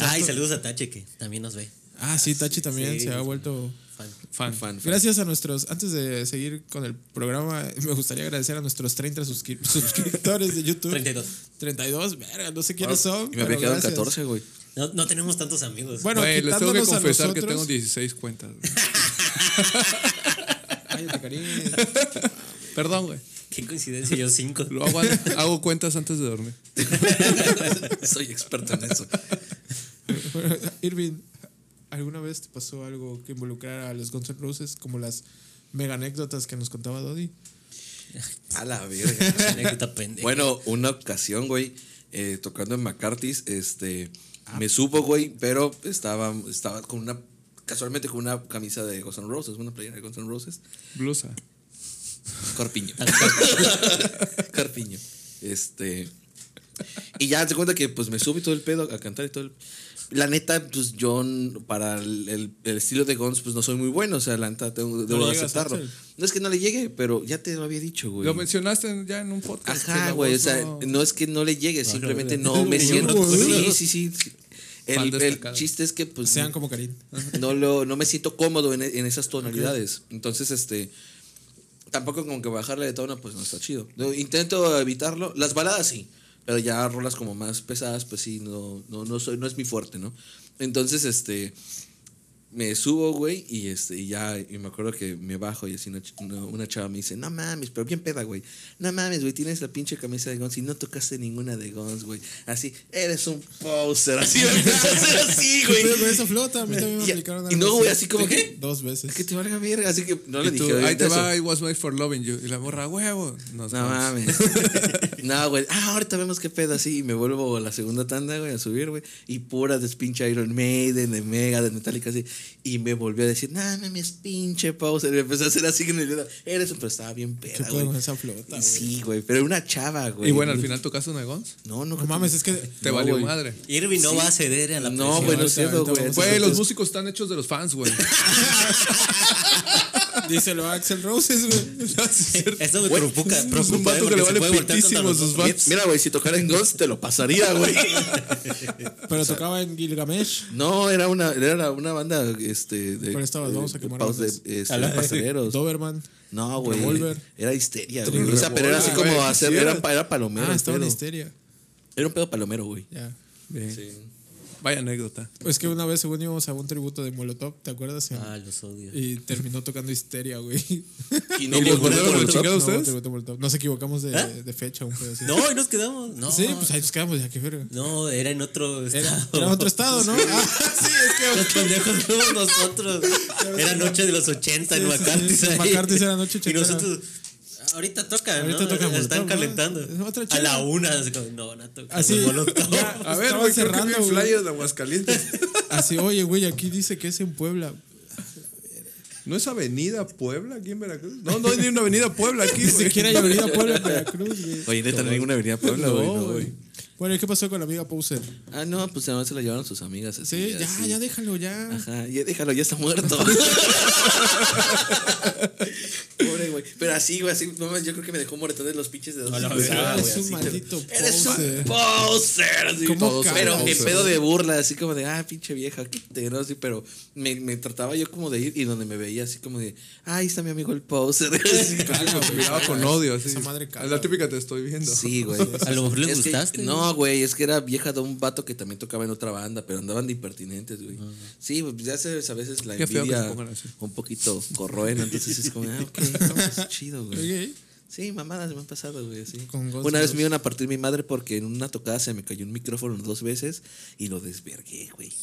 Ay, saludos a Tache que también nos ve. Ah, sí, Tachi también se ha vuelto. Fan. Fan, fan. Gracias a nuestros. Antes de seguir con el programa, me gustaría agradecer a nuestros 30 suscri- suscriptores de YouTube. 32. 32, verga, no sé quiénes son. Y me había pero quedado en gracias. 14, güey. No, no tenemos tantos amigos. Bueno, Güey, les tengo que quitándonos a confesar que tengo nosotros- 16 cuentas. güey. Cállate, Karim. Perdón, güey. Qué coincidencia, yo cinco. Lo hago, an- hago cuentas antes de dormir. Soy experto en eso. Bueno, Irving, ¿alguna vez te pasó algo que involucrara a los Guns N' Roses como las mega anécdotas que nos contaba Dodi? A la verga. Anécdota pendeja. Bueno, una ocasión, güey, eh, tocando en McCarthy's, este, me supo, güey, pero estaba, estaba con una, casualmente con una camisa de Guns N' Roses, una playera de Guns N' Roses, Blusa. Corpiño. Corpiño. Este. Y ya se cuenta que pues me subí todo el pedo a cantar y todo el. La neta, pues yo n- para el, el- el estilo de Guns, pues no soy muy bueno. O sea, la neta, tengo, debo llegas, aceptarlo. Axel. No es que no le llegue, pero ya te lo había dicho, güey. Mm. Lo mencionaste en- ya en un podcast. que Ajá, la güey. O voz sea, no- no es que no le llegue, simplemente no Pero me yo siento. no Sí, puedo. sí, sí. sí. Fan El, el destacado. chiste es que pues. Sean como Karim. no, lo, no me siento cómodo en, en esas tonalidades. Entonces, este. Tampoco como que bajarle de tono, pues no está chido. Yo intento evitarlo. Las baladas sí. Pero ya rolas como más pesadas, pues sí, no, no, no, soy, no es mi fuerte, ¿no? Entonces, este. Me subo, güey, y este, y ya, y me acuerdo que me bajo y así una, ch- una, una chava me dice, no mames, pero bien peda, güey. No mames, güey, tienes la pinche camisa de Guns y no tocaste ninguna de Guns, güey. Así, eres un poser. Así me empezó a hacer así, güey. Pero con esa flota, a mí también me Y- aplicaron y algo no, güey, así. así como que- Dos veces. Que te valga verga, así que no Y le tú, dije. ahí ahorita te eso. va, I was made for loving you. Y la borra, huevo. Nos No vamos. mames. no, güey. Ah, ahorita vemos qué pedo así. Y me vuelvo a la segunda tanda, güey, a subir, güey. Y puras de pinche Iron Maiden, de Mega, de Metallica, así. Y me volvió a decir, no nah, mames, pinche pausa. Y me empezó a hacer así que me dio la- Eres un, pero estaba bien ¿Qué peda, pedo con güey. esa flota? güey? Sí, güey, pero era una chava, güey. Y bueno, al final tocaste una Gons. No, no, No mames, es que. Te No, valió güey. madre. Irving no va a ceder a la No, presión. güey, no es ahorita- cierto, ahorita güey. vamos Güey, los músicos están hechos de los fans, güey. Díselo a Axel Roses, güey. Esto me preocupa. es un preocupa vato eh, que le porque se vale puede voltear pitísimo contra sus nosotros. Mi- Mira, güey, si tocara en Ghost te lo pasaría, güey. Pero tocaba en Gilgamesh. No, era una, era una banda este, de. Pero estabas, de- vamos a de quemar paus de, bandas. este, pasajeros. Doberman. No, güey. Revolver. Era histeria, güey. O sea, pero era así Revolver, como güey, hacer. quisiera. Era, pa- era palomero. Ah, el estaba en pedo. histeria. Era un pedo palomero, güey. Ya. Vaya anécdota. Es que una vez, según íbamos a un tributo de Molotov, ¿te acuerdas? En- Ah, los odio. Y terminó tocando histeria, güey. Y no, ¿Y pues, los volvieron bueno, a chingar a No, ustedes? tributo a Molotov. Nos equivocamos de, de fecha, un pedo así. No, y nos quedamos. No, Sí, pues ahí nos quedamos, ya qué verga. no era en otro Era, estado. era otro estado, ¿no? Ah, sí, es que. Los pendejos fuimos nosotros. Era noche de los 80 en Sí, sí, McCarthy's. sí, ahí. McCarthy's era noche Y ochentera. nosotros. Ahorita toca, Ahorita ¿no? toca Molotov, Están ¿no? calentando. Es otra a chela. la una. así como, No, van a tocar. Así. los Molotov. ya, A ver, güey, estaban creo que cerrando, vi un güey. flyer de Aguascalientes. Así, oye, güey, aquí dice que es en Puebla. ¿No es Avenida Puebla aquí en Veracruz? No, no hay ni una Avenida Puebla aquí, Ni güey. siquiera hay avenida Puebla en Veracruz, güey. Oye, neta, no hay ninguna avenida Puebla, güey. no, güey. Bueno, ¿y qué pasó con la amiga Pouser? Ah, no, pues además se la llevaron sus amigas. así, Sí, ya, así. ya déjalo, ya. Ajá, ya déjalo, ya está muerto. Pobre, güey. Pero así, güey, así, no mames, yo creo que me dejó un moretón de los pinches de dos. la Ah, güey, verga, eres así, un pero- maldito Eres un poser. poser. así, ¿Cómo todos, cagas, pero en poser? pedo de burla, así como de, ah, pinche vieja, qué te ¿no? Así, pero me, me trataba yo como de ir y donde me veía así como de, ah, ahí está mi amigo el poser. Así, Los miraba con odio, así. Esa madre Es caga, la típica te estoy viendo. Sí, güey. A lo mejor le Es que- gustaste. no, güey, es que era vieja de un vato que también tocaba en otra banda, pero andaban de impertinentes, güey. Sí, pues ya sabes, a veces la Qué feo que se envidia pongan así. un poquito corroena, entonces es como, ah, ok, entonces chido, güey. ¿eh? Oye, Sí, mamadas me han pasado, güey, así. Con Guns Una N' vez me Roses. iban a partir mi madre porque en una tocada se me cayó un micrófono dos veces y lo desvergué, güey.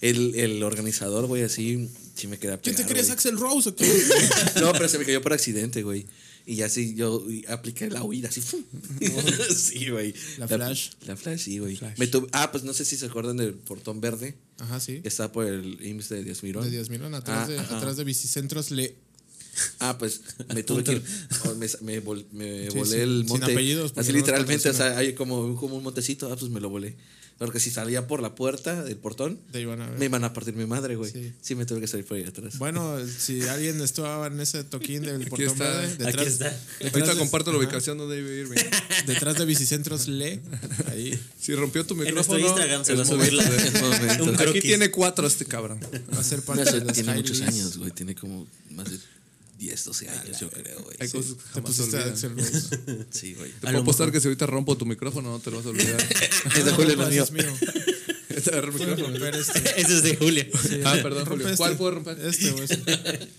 El, el organizador, güey, así, sí me queda ¿Quién te pegar, crees, güey. Axel Rose? o qué? No, pero se me cayó por accidente, güey. Y ya sí, yo y apliqué la huida, así. ¡fum! sí, güey. La flash. La flash, sí, güey. Me tuve- ah, pues no sé si se acuerdan del portón verde. Ajá, sí. Que está por el IMSS de Díaz Mirón. De 10 milón, atrás, Ah, de, ajá. atrás de Bicicentros le. Ah, pues me tuve que ir. o Me, me vol- me Sí, volé sí, el sin monte. apellidos, porque así no nos literalmente, o sea, patrocinan. hay como, como un montecito. Ah, pues me lo volé. Porque si salía por la puerta del portón, Te iban a ver. me iban a partir mi madre, güey. Sí. Sí. me tuve que salir por ahí atrás. Bueno, si alguien estaba en ese toquín del portón está, verde, aquí detrás, está. detrás Ahorita de- comparto la ajá, ubicación donde debe irme. Detrás de Bicicentros le. Ahí. Si rompió tu En nuestro micrófono. Instagram se es va a subir la- momento de- un Aquí croquis. tiene cuatro este cabrón. Va a ser parte Eso de las tiene muchos highlights. años, güey. Tiene como más de 10, 12 años, yo creo, güey. Hay Sí. cosas que Te jamás se pusiste a olvidan. Axel Rose. Sí, güey. Te puedo apostar que si ahorita rompo tu micrófono no te lo vas a olvidar. Es de Julio No, el ese mío. es mío. Te agarro el Puedes micrófono. romper este. Ese es de Julio. Ah, perdón, Julio. Rompe ¿Cuál este. puedo romper? Este o ese.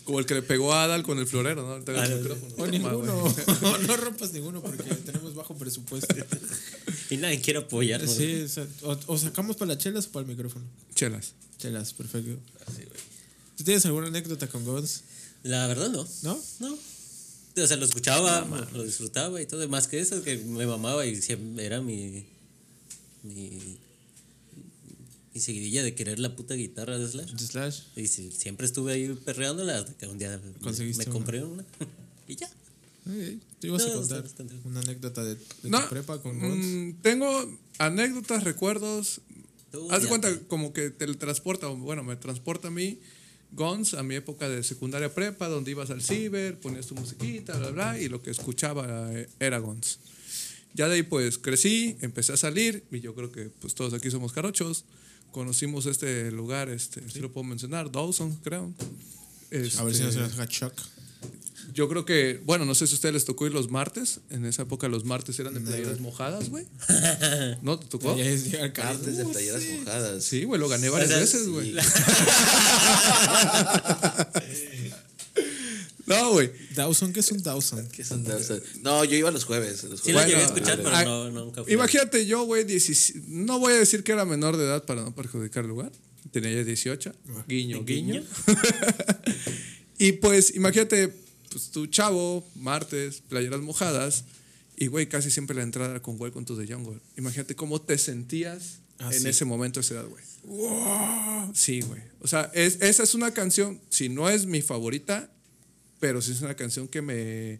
Como el que le pegó a Adal con el florero, ¿no? Ahorita agarro el micrófono. Ah, O Toma, ninguno. güey. no rompas ninguno porque tenemos bajo presupuesto. Y nadie quiere apoyarnos. Sí, o, sea, o- o sacamos para las chelas o para el micrófono. Chelas. Chelas, perfecto. ¿Tú tienes alguna anécdota con Gons? La verdad, no. ¿No? No. O sea, lo escuchaba, lo disfrutaba y todo. Más que eso, que me mamaba y siempre era mi. mi. mi seguidilla de querer la puta guitarra de Slash. De Slash. Y sí, siempre estuve ahí perreándola hasta que un día me- Conseguiste me compré una. Y ya. Ok, Te ibas a No, contar está bastante. una anécdota de, de tu No, prepa con Gons. mm, tengo anécdotas, recuerdos. Tú Haz de ya. cuenta como que teletransporta, o bueno, me transporta a mí, Gons, a mi época de secundaria prepa, donde ibas al ciber, ponías tu musiquita, bla, bla, y lo que escuchaba eh, era Gons. Ya de ahí pues crecí, empecé a salir, y yo creo que pues todos aquí somos carochos. Conocimos este lugar, este, si lo puedo mencionar, Dawson, creo. A ver si no Este, se nos haga shock. yo creo que, bueno, no sé si a ustedes les tocó ir los martes. En esa época los martes eran de playeras mojadas, güey. ¿No te tocó? Ya es llegar Uh, acá. Antes de playeras mojadas. Sí, güey, lo gané varias O sea, veces, güey. la- No, güey. Dawson, ¿qué es un Dawson? ¿Qué son de- o sea, No, yo iba los jueves. los Sí, jueves. la llegué a Bueno, escuchar, pero ah, no, nunca fui. Imagínate yo, güey, 17 no voy a decir que era menor de edad para no perjudicar el lugar. Tenía ya 18. Guiño, guiño. y pues, imagínate, pues tu chavo, martes, playeras mojadas. Y, güey, casi siempre la entrada era con Welcome to the Jungle. Imagínate cómo te sentías en ese momento, esa edad, güey. ¡Wow! Sí, güey. O sea, es- esa es una canción, si no es mi favorita, pero sí es una canción que me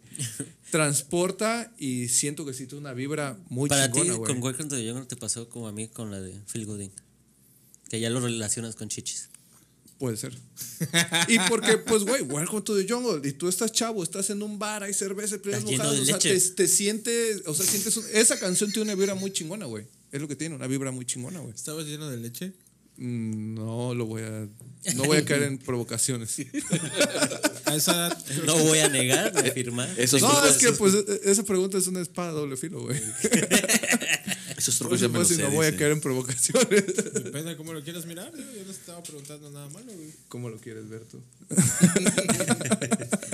transporta y siento que sí tiene una vibra muy Para ti, chingona, güey. con Welcome to the Jungle te pasó como a mí con la de Phil Gooding. Que ya lo relacionas con chichis. Puede ser. Y porque, pues, güey, welcome to the jungle. Y tú estás chavo, estás en un bar, hay cerveza, playas Estás lleno mojadas. de O sea, te, leche. te sientes. O sea, sientes. un- esa canción tiene una vibra muy chingona, güey. Es lo que tiene, una vibra muy chingona, güey. ¿Estabas lleno de leche? Mm, No lo voy a. No voy a caer en provocaciones. A esa edad. eh, No voy a negar ni afirmar. Esos, No, trucos, es que, pues, e- esa pregunta es una espada de doble filo, güey. esos Por trucos ya me los supuesto, y sé, pues, no voy a dice. caer en provocaciones. Depende de cómo lo quieras mirar. digo, Yo no estaba preguntando nada malo, güey. ¿Cómo lo quieres ver tú?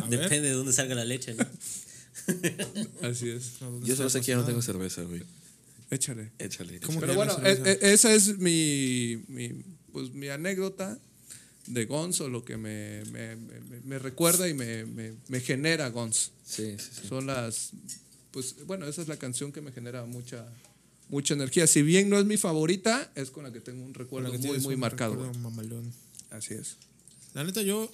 Depende de dónde salga la leche, ¿no? Así es. pues, Yo solo sé que ya no tengo cerveza, güey. Échale. Échale. Pero bueno, e- e- esa es mi, mi, pues, mi anécdota de Gonzo, lo que me, me- me- me- me recuerda y me, me- me genera Gonz. Sí, sí, sí. Son las, pues bueno, esa es la canción que me genera mucha, mucha energía. Si bien no es mi favorita, es con la que tengo un recuerdo muy, muy marcado. recuerdo güey. Mamalón. Así es. La neta, yo,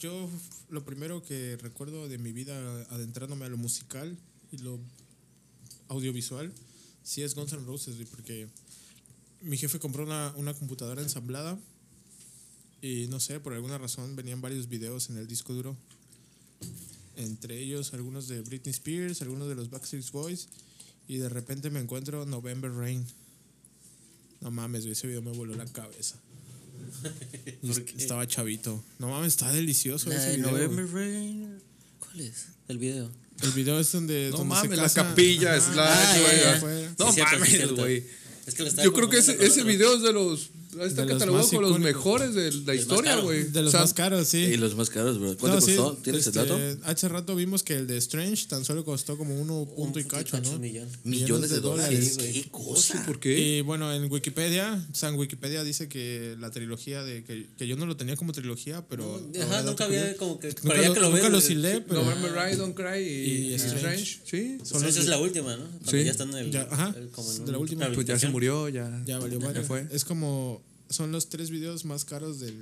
yo lo primero que recuerdo de mi vida adentrándome a lo musical y lo audiovisual, sí es Guns N' Roses, güey, porque mi jefe compró una, una computadora ensamblada y no sé, por alguna razón venían varios videos en el disco duro. Entre ellos algunos de Britney Spears, algunos de los Backstreet Boys y de repente me encuentro November Rain. No mames, güey, ese video me voló la cabeza. Y est- Estaba chavito. No mames, está delicioso La ese de video. güey. November Rain. ¿Cuál es? El video. El video es donde. No donde se mames, la casa- Ah, capilla, Ajá, Slash, güey, güey. fue- No Sí, cierto, sí, mames, cierto. güey. Es que lo estaba Yo creo que confundiendo ese, con ese otro. video es de los... Está De los catalogado más como los icónicos. mejores de la historia, caro. güey. De los O sea, más caros, sí. ¿Y los más caros, bro? No, ¿Cuánto sí, costó? ¿Tienes este, el dato? Hace rato vimos que el de Strange tan solo costó como uno Un punto y cacho, ¿no? millón. Millones de dólares. güey. ¿Qué cosa? ¿Por qué? Y bueno, en Wikipedia, San Wikipedia dice que la trilogía de. que, que yo no lo tenía como trilogía, pero. ahora Ajá, dato nunca había curioso. como que. Nunca, pero ya lo, que lo nunca ves, lo es- hilé, pero. November Ride, Don't Cry y, Y y Strange. Strange. Sí. o sea, esa es la última, ¿no? Cuando Sí. Ya están en el. Ya, ajá, el- como en es un- de la última. una Pues ya se habitación. murió, ya. Ya valió madre. fue. Es como. Son los tres videos más caros del,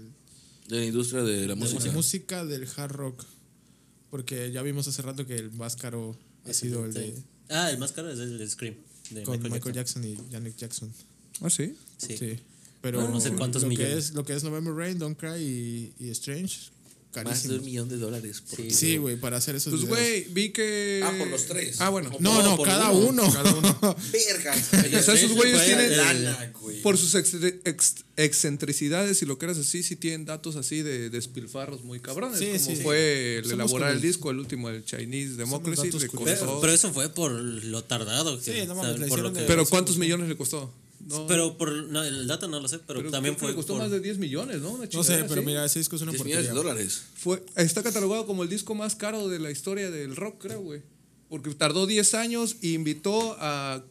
De la industria de de la música. la música del hard rock. Porque ya vimos hace rato que el más caro ha sido el de. Sí. Ah, el más caro es el de Scream. De con Michael, Michael Jackson. Jackson. y Janet Jackson. Ah, sí. Sí. Sí. Pero Por no sé cuántos lo Que millones. es, lo que es November Rain, Don't Cry y, y Strange, Más de carísimo. un millón de dólares. por- Sí, güey, para hacer esos Pues, videos. güey, vi que. Ah, por los tres. Ah, bueno. No, no, cada uno. Verga. O sea, esos güeyes tienen. Lana, güey. Por sus ex- ex- excentricidades y lo que eras así, sí tienen datos así de despilfarros muy cabrones. Sí, como sí. fue el Somos elaborar como- el disco, el último, el Chinese Democracy. datos le curiosos. costó- Pero eso fue por lo tardado. Que, Sí, no mames, ¿saben? le por lo hicieron que- de- Pero ¿cuántos millones le costó? No, Pero por no, el dato no lo sé, pero, pero también creo que fue le costó por- más de 10 millones, ¿no? Una No sé, chingadera pero así. mira, ese disco es una 10 millones de porquería. dólares. Fue, está catalogado como el disco más caro de la historia del rock, creo, güey. Porque tardó 10 años e invitó a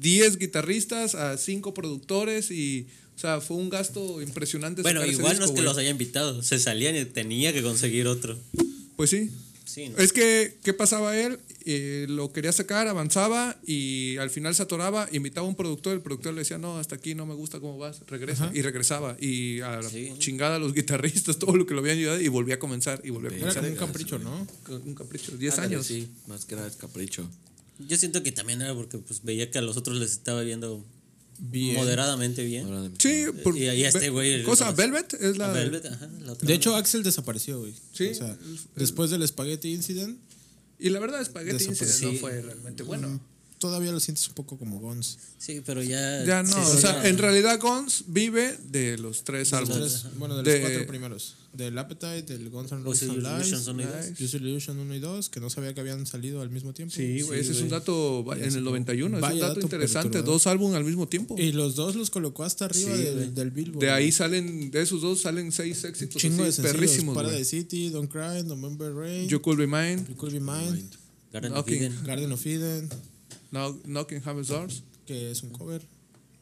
10 guitarristas, a 5 productores y, o sea, fue un gasto impresionante. Bueno, sacar ese igual no es disco, que güey. los haya invitado. Se salían y tenía que conseguir otro. Pues sí. Sí, ¿no? Es que, ¿qué pasaba él? Eh, lo quería sacar, avanzaba y al final se atoraba, invitaba a un productor, el productor le decía, no, hasta aquí no me gusta cómo vas, regresa. Y regresaba y a la Sí. chingada a los guitarristas, todo lo que lo habían ayudado y volvía a comenzar y volvía a Era comenzar. como un capricho, ¿no? Un capricho, 10 Ándale, años. Sí, más que nada es capricho. Yo siento que también era porque pues, veía que a los otros les estaba viendo Bien. moderadamente bien. Ahora de- Sí, por- Y ahí este güey, el- Cosa, nomás- Velvet es la. A Velvet, ajá, la otra De hecho, Axel desapareció, güey. Sí. O sea, después del Spaghetti Incident, Y la verdad, Spaghetti Incident Desapareció. no fue realmente bueno. todavía lo sientes un poco como Guns. Sí, pero ya. Ya no, sí, o sí, sea, ya. en realidad Guns vive de los tres álbumes. Tres- bueno, de los De- cuatro primeros. Del Appetite, del Guns N' Los Roses Illusions Alive, son ideas. User Illusion 1 y 2, que no sabía que habían salido al mismo tiempo. Sí, güey, ese es un dato va- en el 91, es un Vaya dato, dato interesante, perturbador. dos álbumes al mismo tiempo. Y los dos los colocó hasta arriba Sí, güey. del, del Billboard. De ahí salen, de esos dos salen seis éxitos Chingo de así, sencillos. perrísimos. Paradise güey. City, Don't Cry, November Rain, You Could Be Mine, You Could Be Mine, Garden Ok. of Eden. Garden of Eden, Knock- Knocking Hammer's Doors, que es un cover.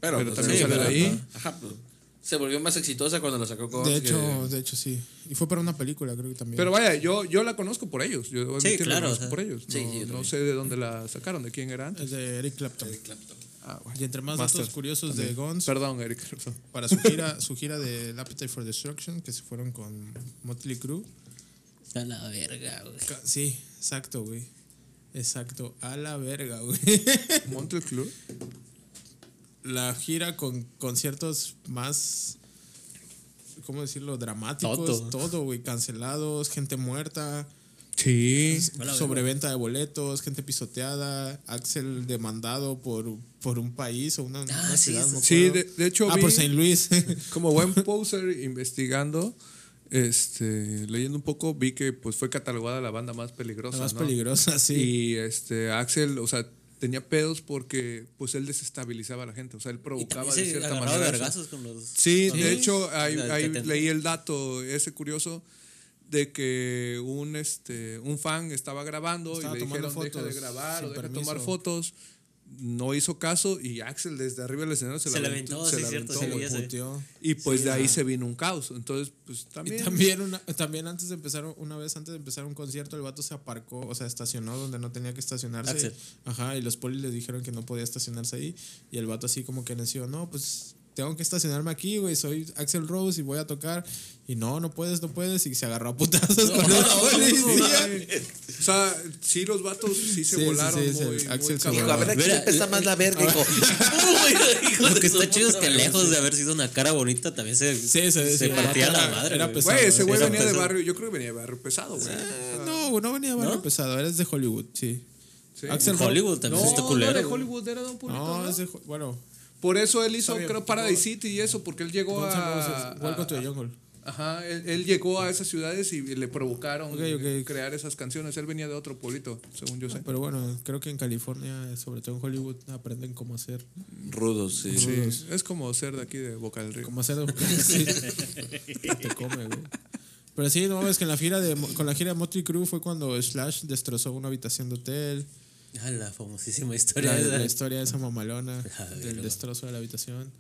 Pero, pero pues, también sí, sale de pero- ahí. Ajá, pues, se volvió más exitosa cuando la sacó con. De hecho, de hecho sí. Y fue para una película, creo que también. Pero vaya, yo, yo la conozco por ellos, yo debo Sí, admitir, la claro, conozco o sea, por ellos. sí, yo no, no también. sé de dónde la sacaron, de quién era antes. es de Eric Clapton. Ah, bueno. Y entre más datos Masters curiosos de también. Guns Perdón, Eric. perdón. para su gira, su gira de Appetite for Destruction, que se fueron con Motley Crue. A la verga, güey. Ca- Sí, exacto, güey. Exacto, a la verga, güey. Montel Club. La gira con conciertos más, ¿cómo decirlo? Dramáticos, Toto. todo, güey. Cancelados, gente muerta. Sí. A la verga. sobreventa de boletos, gente pisoteada, Axel demandado por, por un país o una, una Ah, sí, Pues ciudad. eso no sí. recuerdo. Sí, de- de hecho Ah, vi- por Saint Louis. Como buen poser investigando, este, leyendo un poco, vi que pues fue catalogada la banda más peligrosa. La más ¿no? peligrosa, sí. Y este, Axel, o sea, tenía pedos porque pues él desestabilizaba a la gente, o sea, él Y provocaba también de se cierta agarraba manera. eso. vergazos con los. Sí, con de los- hecho, ahí, la- ahí que te- leí el dato ese curioso de que un este un fan estaba grabando y Estaba le tomando dijeron deja fotos de grabar sin o deja de permiso". tomar fotos no hizo caso y Axel desde arriba del escenario se, Se la le aventó, aventó, se sí, la cierto, aventó, sí, güey. ya sé. Puteó. y pues Sí, de ahí ajá. se vino un caos entonces pues Y también, también, una, también antes de empezar, una vez antes de empezar un concierto, el vato se aparcó, o sea, estacionó donde no tenía que estacionarse. Axel. Ajá, y los polis le dijeron que no podía estacionarse ahí. Y el vato así como que neció, no, pues tengo que estacionarme aquí, güey, soy Axel Rose y voy a tocar. Y no, no puedes, no puedes. Y se agarró a putazos con los policías. o sea sí los vatos sí se Sí, sí, volaron sí, se- muy, muy Axel se cabrón. Dijo, a ver, aquí Mira, está más la verga, hijo. Lo que está chido es que lejos de haber sido una cara bonita también se, Sí, se- se sí, partía era- la madre. era güey. pesado. Güey, ese güey Era venía de pesado. barrio, yo creo que venía de barrio pesado, güey. No, no venía barrio ¿No? pesado, eres de Hollywood, sí. Sí. Axel Rose- Hollywood también No, está no, culero. de güey. Hollywood era de un público. No, ¿no? es de. Ho- Bueno, Por eso él hizo, Está bien, creo, Paradise City y eso, porque él llegó Guns N' a. Roses, Welcome to a- the Jungle. Ajá, él, él llegó a esas ciudades y le provocaron Ok, ok. Ah, crear esas canciones. Él venía de otro pueblito, según yo sé. Pero bueno, creo que en California, sobre todo en Hollywood, aprenden cómo hacer. Rudos, sí. pues, Sí, es como ser de aquí de Boca del Río. Cómo hacer. sí. Te come, güey. Pero sí, no, es que en la gira de, con la gira de Motley Crue fue cuando Slash destrozó una habitación de hotel. Ah, la famosísima historia. La, esa. la historia de esa mamalona, Ah, del verga. destrozo de la habitación.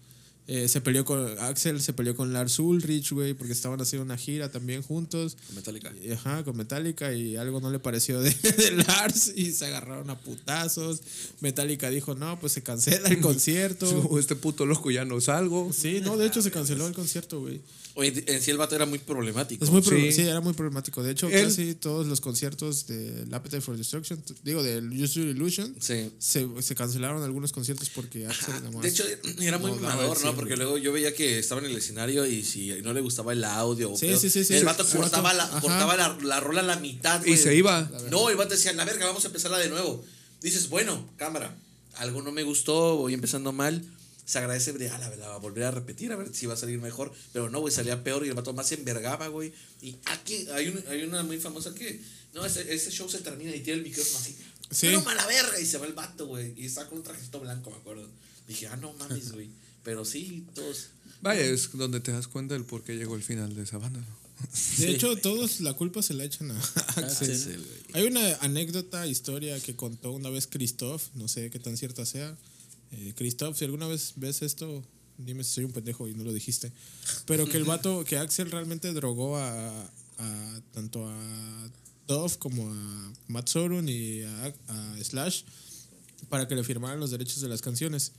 Eh, se peleó con Axel, se peleó con Lars Ulrich, güey, porque estaban haciendo una gira también juntos. Metallica. Y, Ajá, con Metallica y algo no le pareció de, de Lars y se agarraron a putazos. Metallica dijo, no, pues se cancela el concierto. O Este puto loco ya no salgo. Sí, no, de hecho se canceló el concierto, güey. Oye, en sí el vato era muy problemático. Es muy pro- Sí. sí. era muy problemático. De hecho, Él- casi todos los conciertos de Appetite for Destruction, t- digo, del Use Your Illusion, Sí. se, se cancelaron algunos conciertos porque Axel Ah, nomás- De hecho, era muy No, daba el mamador, cien, ¿no? Porque luego yo veía que estaba en el escenario y si no le gustaba el audio. o Sí, pedo, sí, sí, sí, El sí, vato sí, cortaba, vato, la, ajá. cortaba la, la rola a la mitad, Y güey. se iba. No, el vato decía, la verga, vamos a empezarla de nuevo. Dices, bueno, cámara, algo no me gustó, voy empezando mal. Se agradece, güey, ah, la, la va a volver a repetir, a ver si va a salir mejor. Pero no, güey, salía peor y el vato más se envergaba, güey. Y aquí hay, un- hay una muy famosa que, no, ese, ese show se termina y tiene el micrófono así. Sí. No, mala verga, y se va el vato, güey. Y está con un trajecito blanco, me acuerdo. Dije, ah, no mames, güey. Pero sí, todos. Vaya, es donde te das cuenta del por qué llegó el final de esa banda. ¿no? De hecho, todos la culpa se la echan a Ah, Axel. Hay una anécdota, historia que contó una vez Christoph, no sé qué tan cierta sea. Eh, Christoph, si alguna vez ves esto, dime si soy un pendejo y no lo dijiste. Pero que el vato, que Axel realmente drogó a, a- tanto a Dove como a Matt Sorum y a, a Slash para que le firmaran los derechos de las canciones.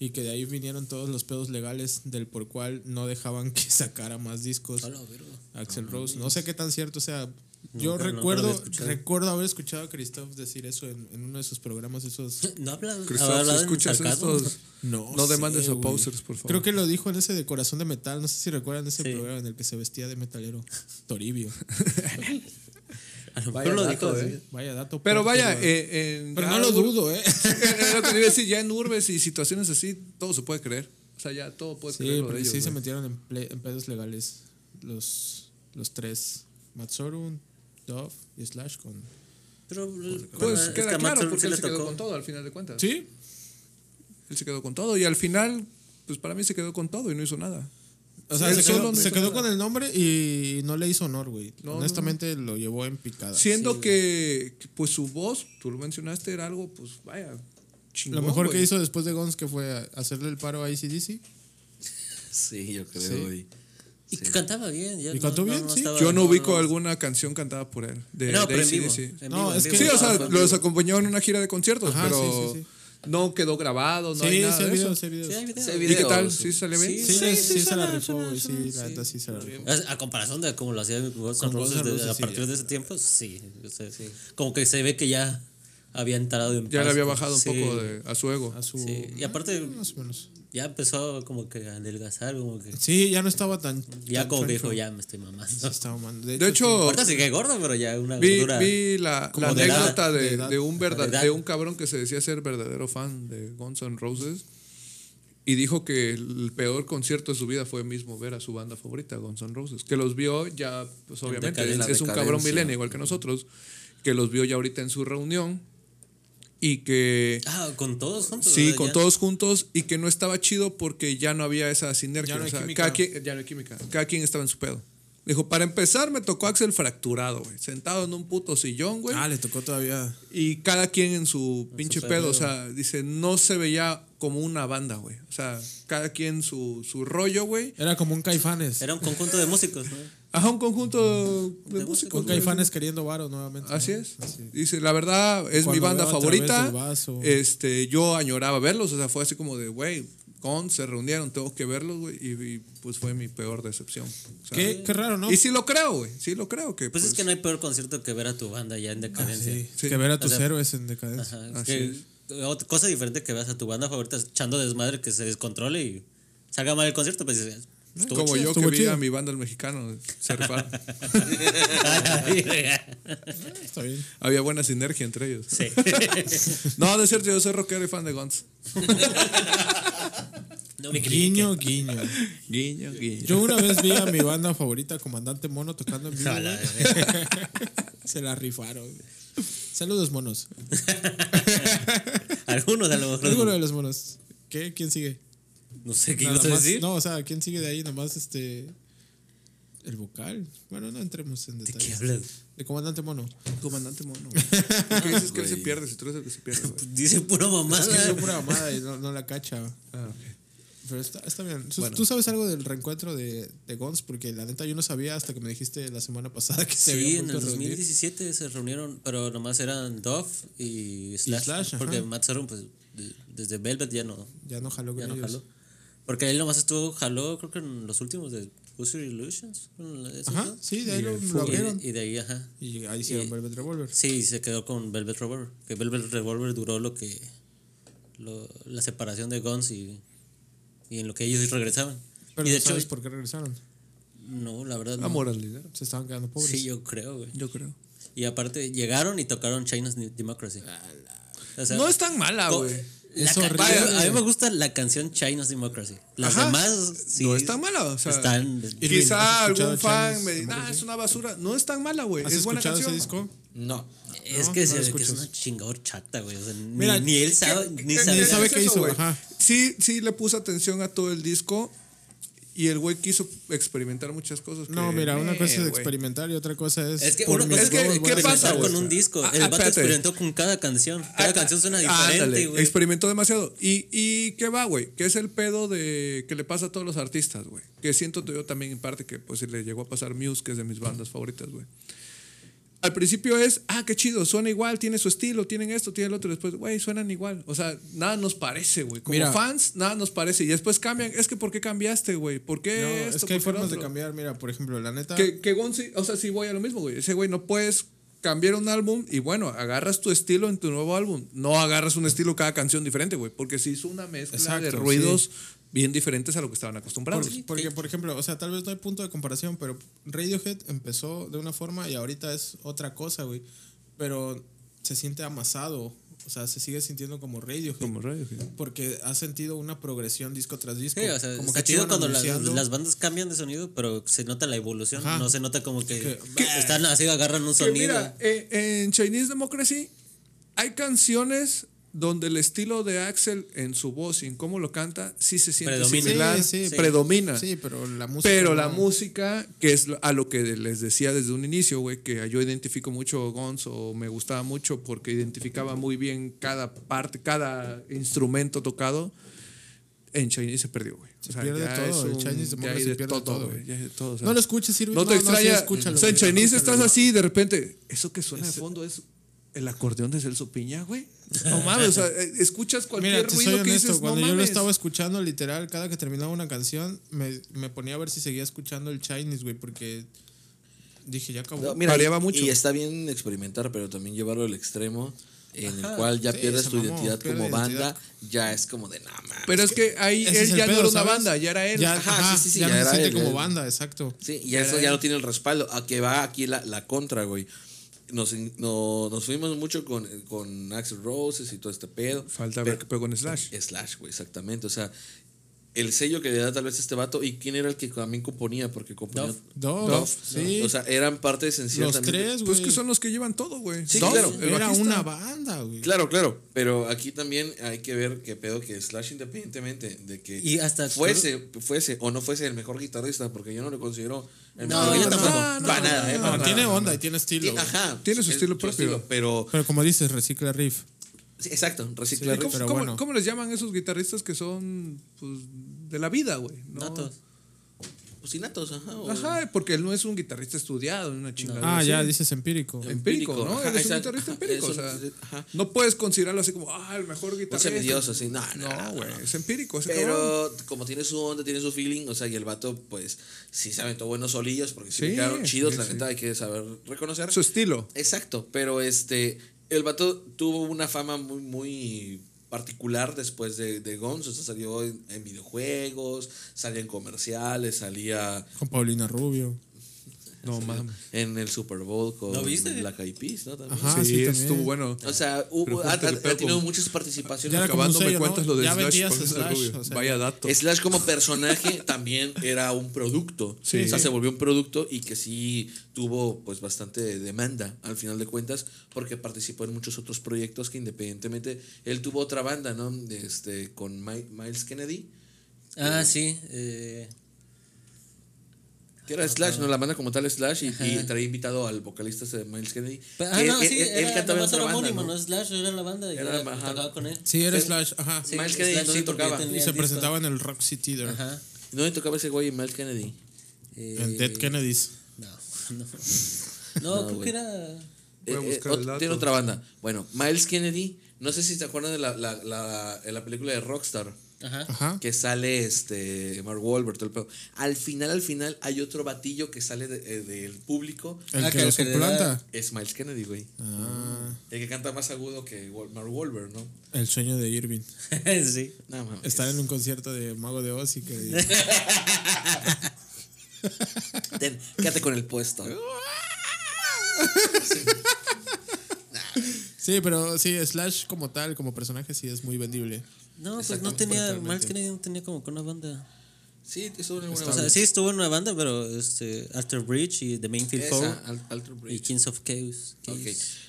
Y que de ahí vinieron todos los pedos legales del por cual no dejaban que sacara más discos. A la verga. Axel Rose. No sé qué tan cierto sea. Yo Nunca- nunca lo recuerdo, había escuchado. recuerdo haber escuchado a Christoph decir eso en, en uno de sus programas, esos. No habla, Ah, Christoph, hablaba si en escuchas sarcasmo. estos, no, demandes sé, a güey. posers, por favor. Creo que lo dijo en ese de Corazón de Metal. No sé si recuerdan ese Sí. programa en el que se vestía de metalero. Toribio. A lo Vaya mejor lo dijo. dato, así. ¿eh? Vaya dato. Pero fuerte, vaya, güey. eh, en- Pero ya no lo ur- dudo, ¿eh? Era lo que te iba a decir, ya en urbes y situaciones así, todo se puede creer. O sea, ya todo puede Sí, creer. porque sí se metieron en, ple- en pedos legales los, los tres: Matsorun, Dove y Slash con. Pero eh, Pues bueno, queda esta claro Matson porque sí él le se quedó tocó. con todo al final de cuentas. Sí, Él se quedó con todo y al final, pues para mí se quedó con todo y no hizo nada. O sea, Sí, se, solo quedó, no se hizo quedó nada. con el nombre y no le hizo honor, güey. No, Honestamente lo llevó en picada. Siendo que, que, pues su voz, tú lo mencionaste, era algo, pues vaya, chingón. Lo mejor que güey. hizo después de Guns que fue a- hacerle el paro a ACDC. Sí, yo creo, Sí. güey. Y que cantaba bien. ya Y cantó bien, sí. estaba- Yo no no- ubico no- alguna canción cantada por él. De, No, de pero en vivo. AC/DC. en No, vivo, en es que- vivo. Sí, o sea, Ah, los acompañó en una gira de conciertos, Ajá, pero sí, sí, sí. No quedó grabado, no hay Sí, nada sí, de hay eso. videos, sí, hay videos. Sí, hay videos. Sí, hay ¿Y qué videos. tal? ¿Sí sale bien? Sí, Sí, sí, sí, se la suena, rifó, suena, güey. Sí, suena, la neta sí se la rifó. A a comparación de cómo lo hacía Guns N' Guns N' Roses de- Roses, a sí, partir ya. de ese tiempo, sí, o sea, Como que se ve que ya había entrado en Ya le paz, había pues, bajado sí, un poco de- a su Ah, ego. A su- sí. Y aparte, Más o menos. ya empezó como que a adelgazar, como que. Sí, ya no estaba tan. Ya tan como que dijo, choncho. ya me estoy mamando. Se estaba mamando. De hecho, Ahorita sigue gordo, pero ya una vi, gordura. vi la, como la de edad, anécdota de de, edad, de un verda- de edad. de un cabrón que se decía ser verdadero fan de Guns N' Roses y dijo que el peor concierto de su vida fue mismo ver a su banda favorita, Guns N' Roses, que los vio ya, pues obviamente, es, decadencia. es un cabrón Decadencia. milenio igual que nosotros, que los vio ya ahorita en su reunión y que... Ah, con todos juntos. Sí, ¿verdad? con Ya. todos juntos y que no estaba chido porque ya no había esa sinergia. Ya no hay o sea, química. Cada quien, ya no hay química. Cada quien estaba en su pedo. Dijo, para empezar me tocó Axel fracturado, güey. Sentado en un puto sillón, güey. Ah, le tocó todavía. Y cada quien en su pinche pedo. pedo. O sea, dice, no se veía como una banda, güey. O sea, cada quien su, su rollo, güey. Era como un caifanes. Era un conjunto de músicos, ¿no? Ajá, un conjunto de, músicos, músicos. un güey. caifanes queriendo varo nuevamente. Así ¿no? es. Dice, la verdad es mi Cuando banda veo a través favorita. del vaso. Este, yo añoraba verlos, o sea, fue así como de, güey, con se reunieron, tengo que verlos, güey, y, y, pues fue mi peor decepción. O sea, Qué, qué raro, ¿no? Y sí lo creo, güey, sí lo creo que Pues, pues, es que no hay peor concierto que ver a tu banda ya en decadencia. Sí, Sí. Que ver a tus O sea, héroes en decadencia. Ajá, que- otra cosa diferente que veas a tu banda favorita echando desmadre que se descontrole y salga mal el concierto, pues dices, estuvo como chido. yo que estuvo vi chido. a mi banda el mexicano se rifaron. Está bien. Había buena sinergia entre ellos. Sí. No, de cierto, yo soy rockero y fan de Guns. No me critiquen. Guiño, guiño. Guiño, guiño. Yo una vez vi a mi banda favorita, Comandante Mono, tocando en vivo. A la güey. Se la rifaron. Saludos, monos. Algunos a lo mejor. Alguno de los monos. ¿Qué? ¿Quién sigue? No sé qué Nada ibas a más. decir. No, o sea, ¿quién sigue de ahí? Nomás este. El vocal. Bueno, no entremos en ¿Qué detalles. hablas? De Comandante Mono. Comandante mono. güey. ¿Por qué dices que él se pierde si tú eres el que se pierde, güey? Dice pura Es que mamada. es pura mamada y no, no la cacha. Ah, Pero está, está bien. Sus- ¿Tú sabes algo del reencuentro de, de Gons? Porque la neta yo no sabía hasta que me dijiste la semana pasada que se Sí, había en vuelto el a reunir. 2017 se reunieron, pero nomás eran Dove y Slash. Slash, ajá. porque Matt Sorum, pues, de- desde Velvet ya no, Ya no jaló con ya no ellos. jaló. Porque él nomás estuvo, jaló, creo que en los últimos de Usury Illusions. fueron la- esos Ajá, dos. sí, de ahí lo, lo Y, abrieron. y de ahí, ajá. Y ahí hicieron y- Velvet Revolver. Sí, se quedó con Velvet Revolver. Que Velvet Revolver duró lo que. lo- la separación de Guns y, y en lo que ellos regresaban. Pero y de no sabes hecho, por qué regresaron. no, la verdad. no. Amor al dinero. Se estaban quedando pobres. Sí, yo creo, güey. Yo creo. Y aparte llegaron y tocaron China's New Democracy. O sea, No es tan mala, co- güey. la Es ca- horrible. a- A mí me gusta la canción China's Democracy. Las Ajá. demás sí no es tan mala. O sea, están Y- Quizá ¿has escuchado algún fan Chance? me diga, "Ah, es una basura. No es tan mala, güey. ¿Has Es buena escuchado ese canción. disco? No. es no, que, no se- la que es escuchas. una chingada chata, güey. O sea, ni- Mira, ni, él sabe, ni Eh, sabe. es sabe qué eso, hizo, güey. ajá. Sí, sí, le puse atención a todo el disco. Y el güey quiso experimentar muchas cosas. No, que, mira, una eh, cosa es güey. experimentar y otra cosa es. Es que por uno mis es que, huevos voy a ¿qué pasa regresar. con un disco? Ah, el ah, vato espérate. experimentó con cada canción. Cada canción suena Ah, diferente, ándale, güey. experimentó demasiado. ¿Y, ¿Y qué va, güey? Que es el pedo de que le pasa a todos los artistas, güey? Que siento yo también en parte que pues le llegó a pasar Muse, que es de mis bandas favoritas, güey. Al principio es, ah, qué chido, suena igual, tiene su estilo, tienen esto, tienen lo otro. Después, güey, suenan igual. O sea, nada nos parece, güey. Como Mira. fans, nada nos parece. Y después cambian. Es que, ¿por qué cambiaste, güey? ¿Por qué No, esto? es que ¿Por qué hay lo formas de otro? cambiar. Mira, por ejemplo, la neta. Que, que Gonzi- o sea, sí voy a lo mismo, güey. Ese güey no puedes cambiar un álbum y bueno, agarras tu estilo en tu nuevo álbum. No agarras un estilo cada canción diferente, güey, porque se hizo una mezcla de Exacto, ruidos bien diferentes a lo que estaban acostumbrados. Por- porque, por ejemplo, o sea, tal vez no hay punto de comparación, pero Radiohead empezó de una forma y ahorita es otra cosa, güey. Pero se siente amasado, o sea, se sigue sintiendo como Radiohead. Como Radiohead. Porque ha sentido una progresión disco tras disco. Sí, o sea, como está te chido iban cuando las, anunciando. las bandas cambian de sonido, pero se nota la evolución. Ajá. No se nota como que, Que- bah, están así, agarran un Que sonido. mira, eh, en Chinese Democracy hay canciones donde el estilo de Axel en su voz y en cómo lo canta sí se siente Predomina. similar, Sí, sí. predomina. Sí, pero la música. Pero la no. música, que es lo- a lo que les decía desde un inicio, güey, que yo identifico mucho Guns o me gustaba mucho porque identificaba muy bien cada parte, cada instrumento tocado. En Chinese se perdió, güey. Se pierde todo, en Chinese ya hay Democracy de pierde todo, todo, güey. güey. ya hay de todo, o sea, No lo escuches, sirve. no te sí, extraña. escúchalo, o sea, en güey, Chinese escúchalo. estás así y de repente, eso que suena de fondo es el acordeón de Celso Piña, güey. No mames, o sea, eh, escuchas cualquier Mira, te soy ruido que honesto, dices, no cuando yo lo mames. estaba escuchando, literal, cada que terminaba una canción, me, me ponía a ver si seguía escuchando el Chinese, güey, porque dije, ya acabó. No, mira, Variaba y- mucho. Y está bien experimentar, pero también llevarlo al extremo en el cual ya sí, pierdes se tu mamó, identidad pierde como identidad. banda, ya es como de nada más. Pero es que ahí Ese es él el ya no pedo, era una ¿sabes? banda, ya era él. Ya, Ajá, ajá, sí, sí, sí, ya ya no era se siente él, como él. banda, exacto. Sí, y eso ya no tiene el respaldo. A que va aquí la, la contra, güey. Nos, no- nos fuimos mucho con, con Axel Roses y todo este pedo. Falta ver Pero- qué pedo con Slash. Slash, güey, exactamente. O sea, el sello que le da tal vez este vato y quién era el que también componía, porque componía. Duff. Dove, Dove, sí. O sea, eran parte esencial los también. tres, güey. Pues que son los que llevan todo, güey. Sí, Dove, claro, el Era bajista. una banda, güey. Claro, claro, pero aquí también hay que ver qué pedo que Slash independientemente de que Y hasta- fuese, fuese o no fuese el mejor guitarrista, porque yo no lo considero el No, mejor yo guitarrista. tampoco. para nada, eh, No, para tiene nada. onda y tiene estilo. Tiene- güey. Ajá, Tiene su es- estilo propio. pero Pero como dices, recicla riff. sí, exacto, ¿Y reciclar. ¿Cómo, pero cómo- bueno. cómo les llaman esos guitarristas que son pues, de la vida, güey? No. Datos. Cocinatos, ajá. o- Ajá, porque él no es un guitarrista estudiado, una chingada. Ah, así. ya, dices empírico. Empírico, Empírico, ¿no? ajá, Eres un exacto. guitarrista Ajá, empírico. eso- o sea, ajá. no puedes considerarlo así como, ah, el mejor guitarrista. envidioso, así, no, no, no, No, güey, no. es empírico. Ese cabrón. Pero como tiene su onda, tiene su feeling, o sea, y el vato, pues, sí se aventó buenos solillos, porque sí, Sí, le quedaron chidos, sí, la sí. neta, hay que saber reconocer. Su estilo. Exacto, pero este, el vato tuvo una fama muy, muy particular después de, de Guns, o sea, salió en, en videojuegos, salía en comerciales, salía Con Paulina Rubio. No mames. en el Super Bowl con ¿Lo viste? Black Eyed Peas, ¿no? También. Ajá, sí, sí, también. estuvo bueno. O sea, hubo- ha, fíjate ha- que pedo ha tenido con- muchas participaciones. Ya era como Acabando un me sello, cuentas ¿no? lo de Ya Slash. vendías con ese Slash, rubio. o sea, Vaya dato. Slash como personaje también era un producto. O sea, se volvió un producto y que sí tuvo pues bastante demanda al final de cuentas porque participó en muchos otros proyectos que independientemente él tuvo otra banda, ¿no? De Este con Mi- Miles Kennedy, Ah, sí. eh, que era Slash, ¿no? La banda como tal Slash y, y traía invitado al vocalista ese de Miles Kennedy. pero- ah, que no, él- sí, él- él era, cantaba en nomás otra era banda, homónimo, ¿no? ¿no? Slash era la banda y Era, era, ajá. tocaba con él. Sí, era Sí. Slash, ajá. Sí, Miles Kennedy, Slash, ¿dónde sí, porque tocaba? tenía Y se el disco. presentaba en el Roxy Theater. Ajá. ¿Dónde tocaba ese güey Miles Kennedy? Eh, En Dead Kennedys. No, no. No, creo güey. que era. Voy a Eh, eh, buscar el ot- dato. tiene otra banda. Bueno, Miles Kennedy, no sé si se acuerdan de la, la, la- de la película de Rockstar. Ajá. Ah. Ajá. que sale este Mark Wahlberg todo el pedo. Al final, al final hay otro batillo que sale de- eh, del público. El Ah, que que lo en general- suplanta. Es Miles Kennedy, güey. Ah. El que canta más agudo que Wal- Mark Wahlberg, ¿no? El sueño de Irving. sí. No, mames. Estar en un concierto de Mago de Oz y que. Ten, quédate con el puesto. Sí, pero sí, Slash como tal, como personaje, sí es muy vendible. No, pues Exacto, no tenía. totalmente. Miles Kennedy no tenía como que una banda. Sí, te suena una O sea, sí estuvo en una banda, pero este, After Bridge y The Mainfield Four Esa, Al- Alter Bridge. y Kings of Chaos. Chaos. Ok.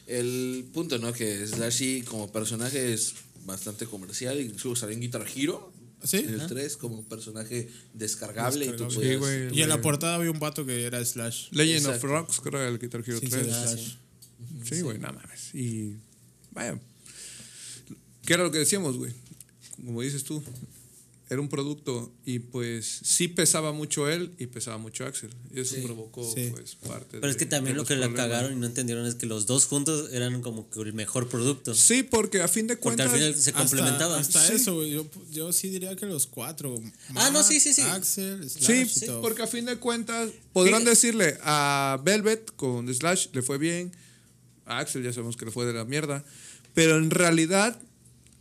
El punto, ¿no? Que Slashy como personaje es bastante comercial. Incluso salió en Guitar Hero. ¿Ah, Sí. En el 3 como un personaje descargable. Y tú Descargable. Sí, podías- güey. Y en la portada había un vato que era Slash. Legend Exacto. of Rocks, creo que el Guitar Hero Sí, sí, 3. Slash. Sí, güey, nada mames. Y. Vaya. ¿Qué era lo que decíamos, güey? Como dices tú, era un producto y pues sí pesaba mucho él y pesaba mucho Axel. Y eso provocó, sí. pues, parte Pero es que de- también de lo los que la problemas. cagaron y no entendieron es que los dos juntos eran como que el mejor producto. Sí, porque a fin de Porque cuentas. al final se complementaban. Hasta, Sí. eso, güey, yo, yo sí diría que los cuatro. Ah, no, sí, sí, sí. Axel, Sí, Slash. y Toph. porque a fin de cuentas podrán decirle a Velvet con Slash le fue bien, a Axel ya sabemos que le fue de la mierda, pero en realidad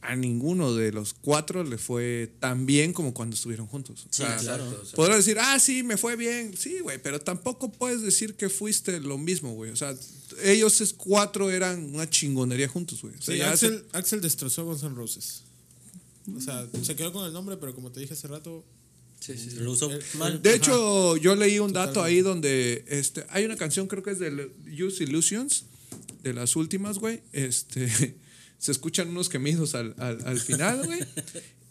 a ninguno de los cuatro le fue tan bien como cuando estuvieron juntos. O Sí, sea, claro. podrán decir, ah, sí, me fue bien, sí, güey, pero tampoco puedes decir que fuiste lo mismo, güey. O sea, ellos es- cuatro eran una chingonería juntos, güey. O sea, Sí, ya se- Axel, Axel destrozó Guns N' Roses. O sea, se quedó con el nombre, pero como te dije hace rato, Sí, sí, sí. Lo usó mal. De hecho, yo leí un dato ahí donde este, hay una canción, creo que es de Use Illusions, de las últimas, güey. Este, se escuchan unos gemidos al, al- al final, güey.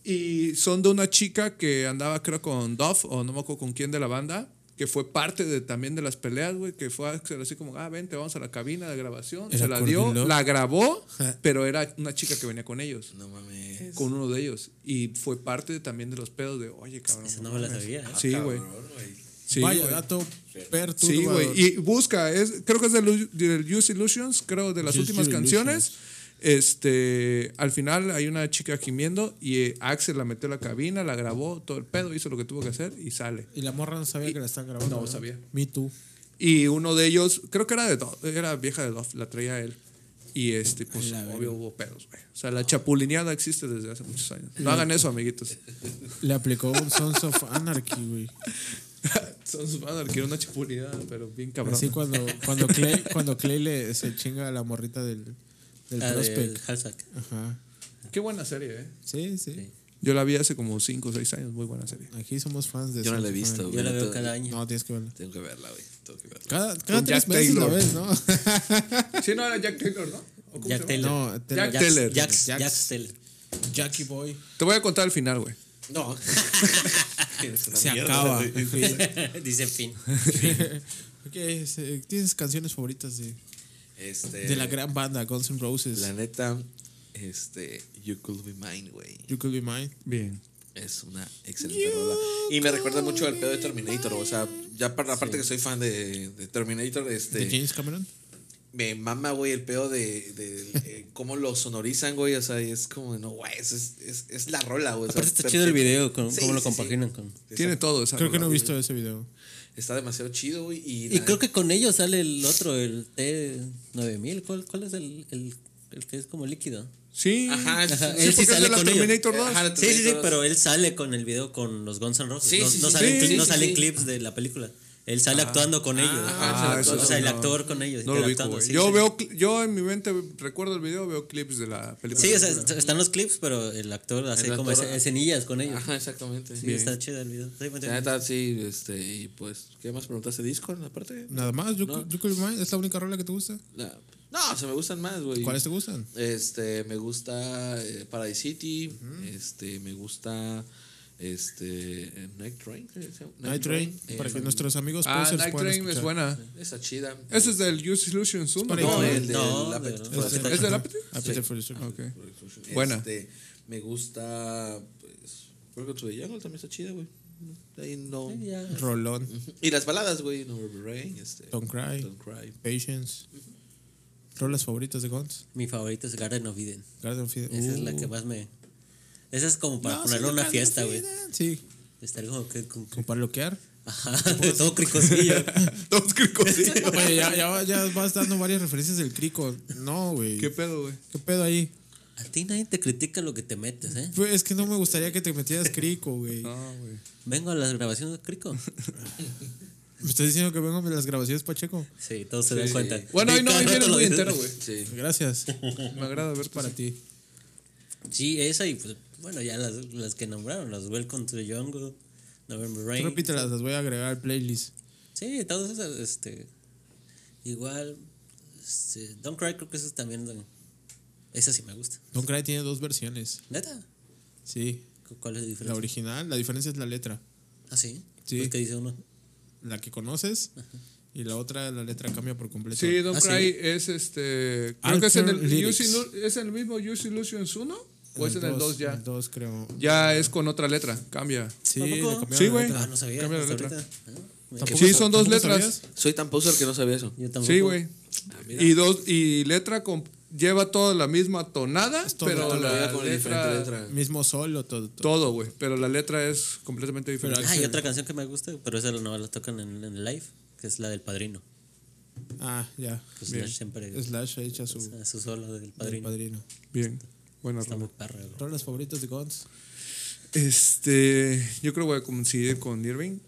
Y son de una chica que andaba, creo, con Duff o no me acuerdo con quién de la banda, que fue parte de, también de las peleas, güey, que fue así como, ah, vente, vamos a la cabina de grabación. Era se la Courtney dio, Love. la grabó, pero era una chica que venía con ellos. No mames. Con uno de ellos. Y fue parte también de los pedos de, oye, cabrón. Esa no me la sabía. ¿eh? Ah, Sí, güey. Cabrón, güey. Sí, Vaya güey. dato perturbador. Sí, güey. Y busca, es, creo que es del, del Use Illusions, creo, de las Use últimas Your canciones. Este, al final hay una chica gimiendo y eh, Axel la metió a la cabina, la grabó, todo el pedo, hizo lo que tuvo que hacer y sale. Y la morra no sabía que la estaban grabando. No, ¿verdad? sabía. Me too. Y uno de ellos, creo que era de Do- era vieja de Duff, la traía él. Y este, pues obvio hubo pedos, güey. O sea, la chapulineada existe desde hace muchos años. No hagan eso, amiguitos. Le aplicó un Sons of Anarchy, güey. Son sus madres, quiero una chapulineada, pero bien cabrón. Así cuando, cuando Clay, cuando Clay le, se chinga a la morrita del, del Ah, del prospect. Halsack. Ajá. Qué buena serie, eh. Sí, sí, Yo la vi hace como 5 o 6 años, muy buena serie. Aquí somos fans de Yo no Sons la he of visto, Anarchy. güey. Yo la veo Tengo- cada año. No, tienes que verla. Tengo que verla, güey. Tengo que verla. Cada, cada Con tres Jack meses la Taylor. ves, ¿no? Sí, no, era Jack Taylor, ¿no? ¿O cómo Jack se llama? Taylor. no, te- Jack- Jack Taylor. Jack, Jack- Jack Taylor. Jackie Boy. Te voy a contar el final, güey. No. Se acaba. Ok. Dice fin. Ok, este, ¿Tienes canciones favoritas de, Este, de la gran banda Guns N' Roses? La neta, este, You Could Be Mine, güey. You Could Be Mine. Bien. Es una excelente rola. Y me recuerda mucho al pedo de Terminator. O sea, ya para la parte que soy fan de, de Terminator, De este. James Cameron. Me mama, güey, el pedo de, de, eh, cómo lo sonorizan, güey. O sea, y es como, no, güey, es, es, es- es la rola, güey. o sea, Aparte está perfecto. chido el video, con- Sí, cómo lo sí, sí. compaginan con... Tiene todo esa Creo que rola, no he güey. visto ese video. Está demasiado chido, güey. Y, Y la- creo que con ellos sale el otro, el T9000. ¿Cuál, cuál es el, el, el que es como líquido? Sí. Ajá, Ajá, sí, porque él Ah, sí es de sale la con ellos. Terminator 2. Ajá, la Sí, sí, sí, Terminator pero él sale con el video con los Guns N' Roses. Sí, no sí, no sí, salen, sí, cli- no sí, salen sí. clips de la película. Él sale actuando con ellos. Ah, o sea, el actor con ellos. No el lo vi, actuando, güey. sí, Yo sí. veo, cl- yo en mi mente recuerdo el video, veo clips de la película. Sí, o sea, est- están los clips, pero el actor ah. hace El como actor- esce- escenillas con ellos. Ajá, exactamente. Sí, está chido el video. Sí, bueno, La neta, sí, este, y pues, ¿qué más preguntaste? ¿Discord, aparte? Nada más, you, Could- You Could Be Mine. ¿Es la única rola que te gusta? No, no, se me gustan más, güey. ¿Cuáles te gustan? Este, me gusta eh, Paradise City, este, me gusta este eh, Night Train. creo que se llama. Night Train. eh, Para que nuestros amigos Ah, posers Night puedan Train es escuchar. buena. Esa chida. Ese es del Use Illusions 1, para ¿no? no, Train. el del No, Appetite de- for es- Destruction. ¿Es del Appetite? Este, Appetite for Destruction. Ok. Este, Buena. me gusta pues Welcome to the Jungle también está chida, güey. Ahí no. ya. Rolón. Y las baladas, güey, No Rubber Rain, este, Don't Cry. Don't Cry. Patience. Rolas favoritas de Guns. Mi favorito es Garden of Eden. Garden of Eden. Esa es Uh. la que más me. Esa es como para No, ponerlo en sí, una Garden fiesta, of güey. Eden, Sí, Estar como que. con- como para bloquear. ajá, todo cricosillo. Dos cricosillos. Oye, ya, ya, ya vas dando varias referencias del crico. No, güey. ¿Qué ¿Qué, pedo, güey? pedo ahí? A ti nadie te critica lo que te metes, ¿eh? Pues es que no me gustaría que te metieras crico, güey. Ah. No, güey. Vengo a las grabaciones de Crico. ¿Me estás diciendo que vengo de las grabaciones, Pacheco? Sí, todos se dan cuenta. Bueno, Y hoy no, cada hoy rato vienes lo muy dicen. entero, güey. Sí. Gracias. Me agrada ver para Para ti. ti. Sí, esa y pues, bueno, ya las, las que nombraron, las Welcome to the Jungle, November Tú Rain. repítelas, las voy a agregar al playlist. Sí, todas esas, este. Igual. este, Don't Cry, creo que esa es también. de- Esa sí me gusta. Don't Cry tiene dos versiones. ¿Neta? Sí, ¿Cu- ¿Cuál es la la diferencia? original, la diferencia es la letra. ah, sí. Sí. Pues, ¿Qué dice uno? La que conoces y la otra, la letra cambia por completo. Sí, Don't Ah, sí. Cry es este. Creo que es en el, Alter Lyrics. Use Illu- ¿es en el mismo Use Illusions 1 o es en el 2 ya? El 2, creo. Ya es con otra letra, cambia. Sí, ¿A le poco? cambiaron Sí, la güey. letra. Ah, no sabía. Cambia la hasta letra. ahorita. Ah, me- ¿Tampoco- Sí, son dos tampoco letras. sabías? Soy tan poser que no sabía eso. Yo tampoco. Sí, güey. y dos y letra con- lleva toda la misma tonada, todo pero todo la Con letra, diferente letra. Mismo solo, todo. todo. todo, güey, pero la letra es completamente diferente. Ah, y otra canción que me gusta, pero esa no la tocan en, en live, que es la del padrino. Ah, ya. Pues Slash siempre. Slash ha hecho su a su solo del el padrino. padrino. Bien. Buena Está rola. muy perro, güey. Rolas favoritas de Guns. Este, yo creo que voy a coincidir con Irving.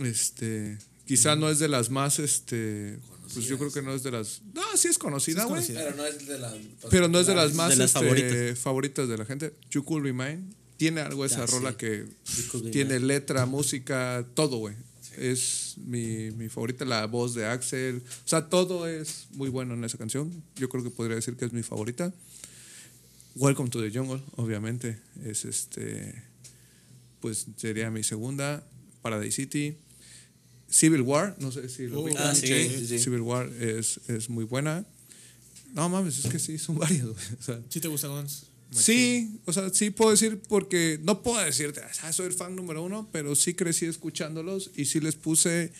Este, quizá no es de las más este pues yo creo que no es de las No, sí es conocida, güey. Pero no es de la. Pero no es de las de más las este, favoritas. favoritas. de la gente. You Could Be Mine. Tiene algo esa Ah, sí. rola que Could Be tiene letra, música, todo, güey. Es mi, mi favorita, la voz de Axel. O sea, todo es muy bueno en esa canción. Yo creo que podría decir que es mi favorita. Welcome to the Jungle, obviamente. Es este. Pues sería mi segunda. Paradise City. Civil War, no sé si lo ubican. ah, sí, sí, sí. Civil War es, es muy buena. No mames, es que sí, son varias, güey. O sea, ¿Sí te gusta Guns? Sí, o sea, sí puedo decir porque no puedo decirte, "Ah, soy el fan número uno, pero sí crecí escuchándolos y sí les puse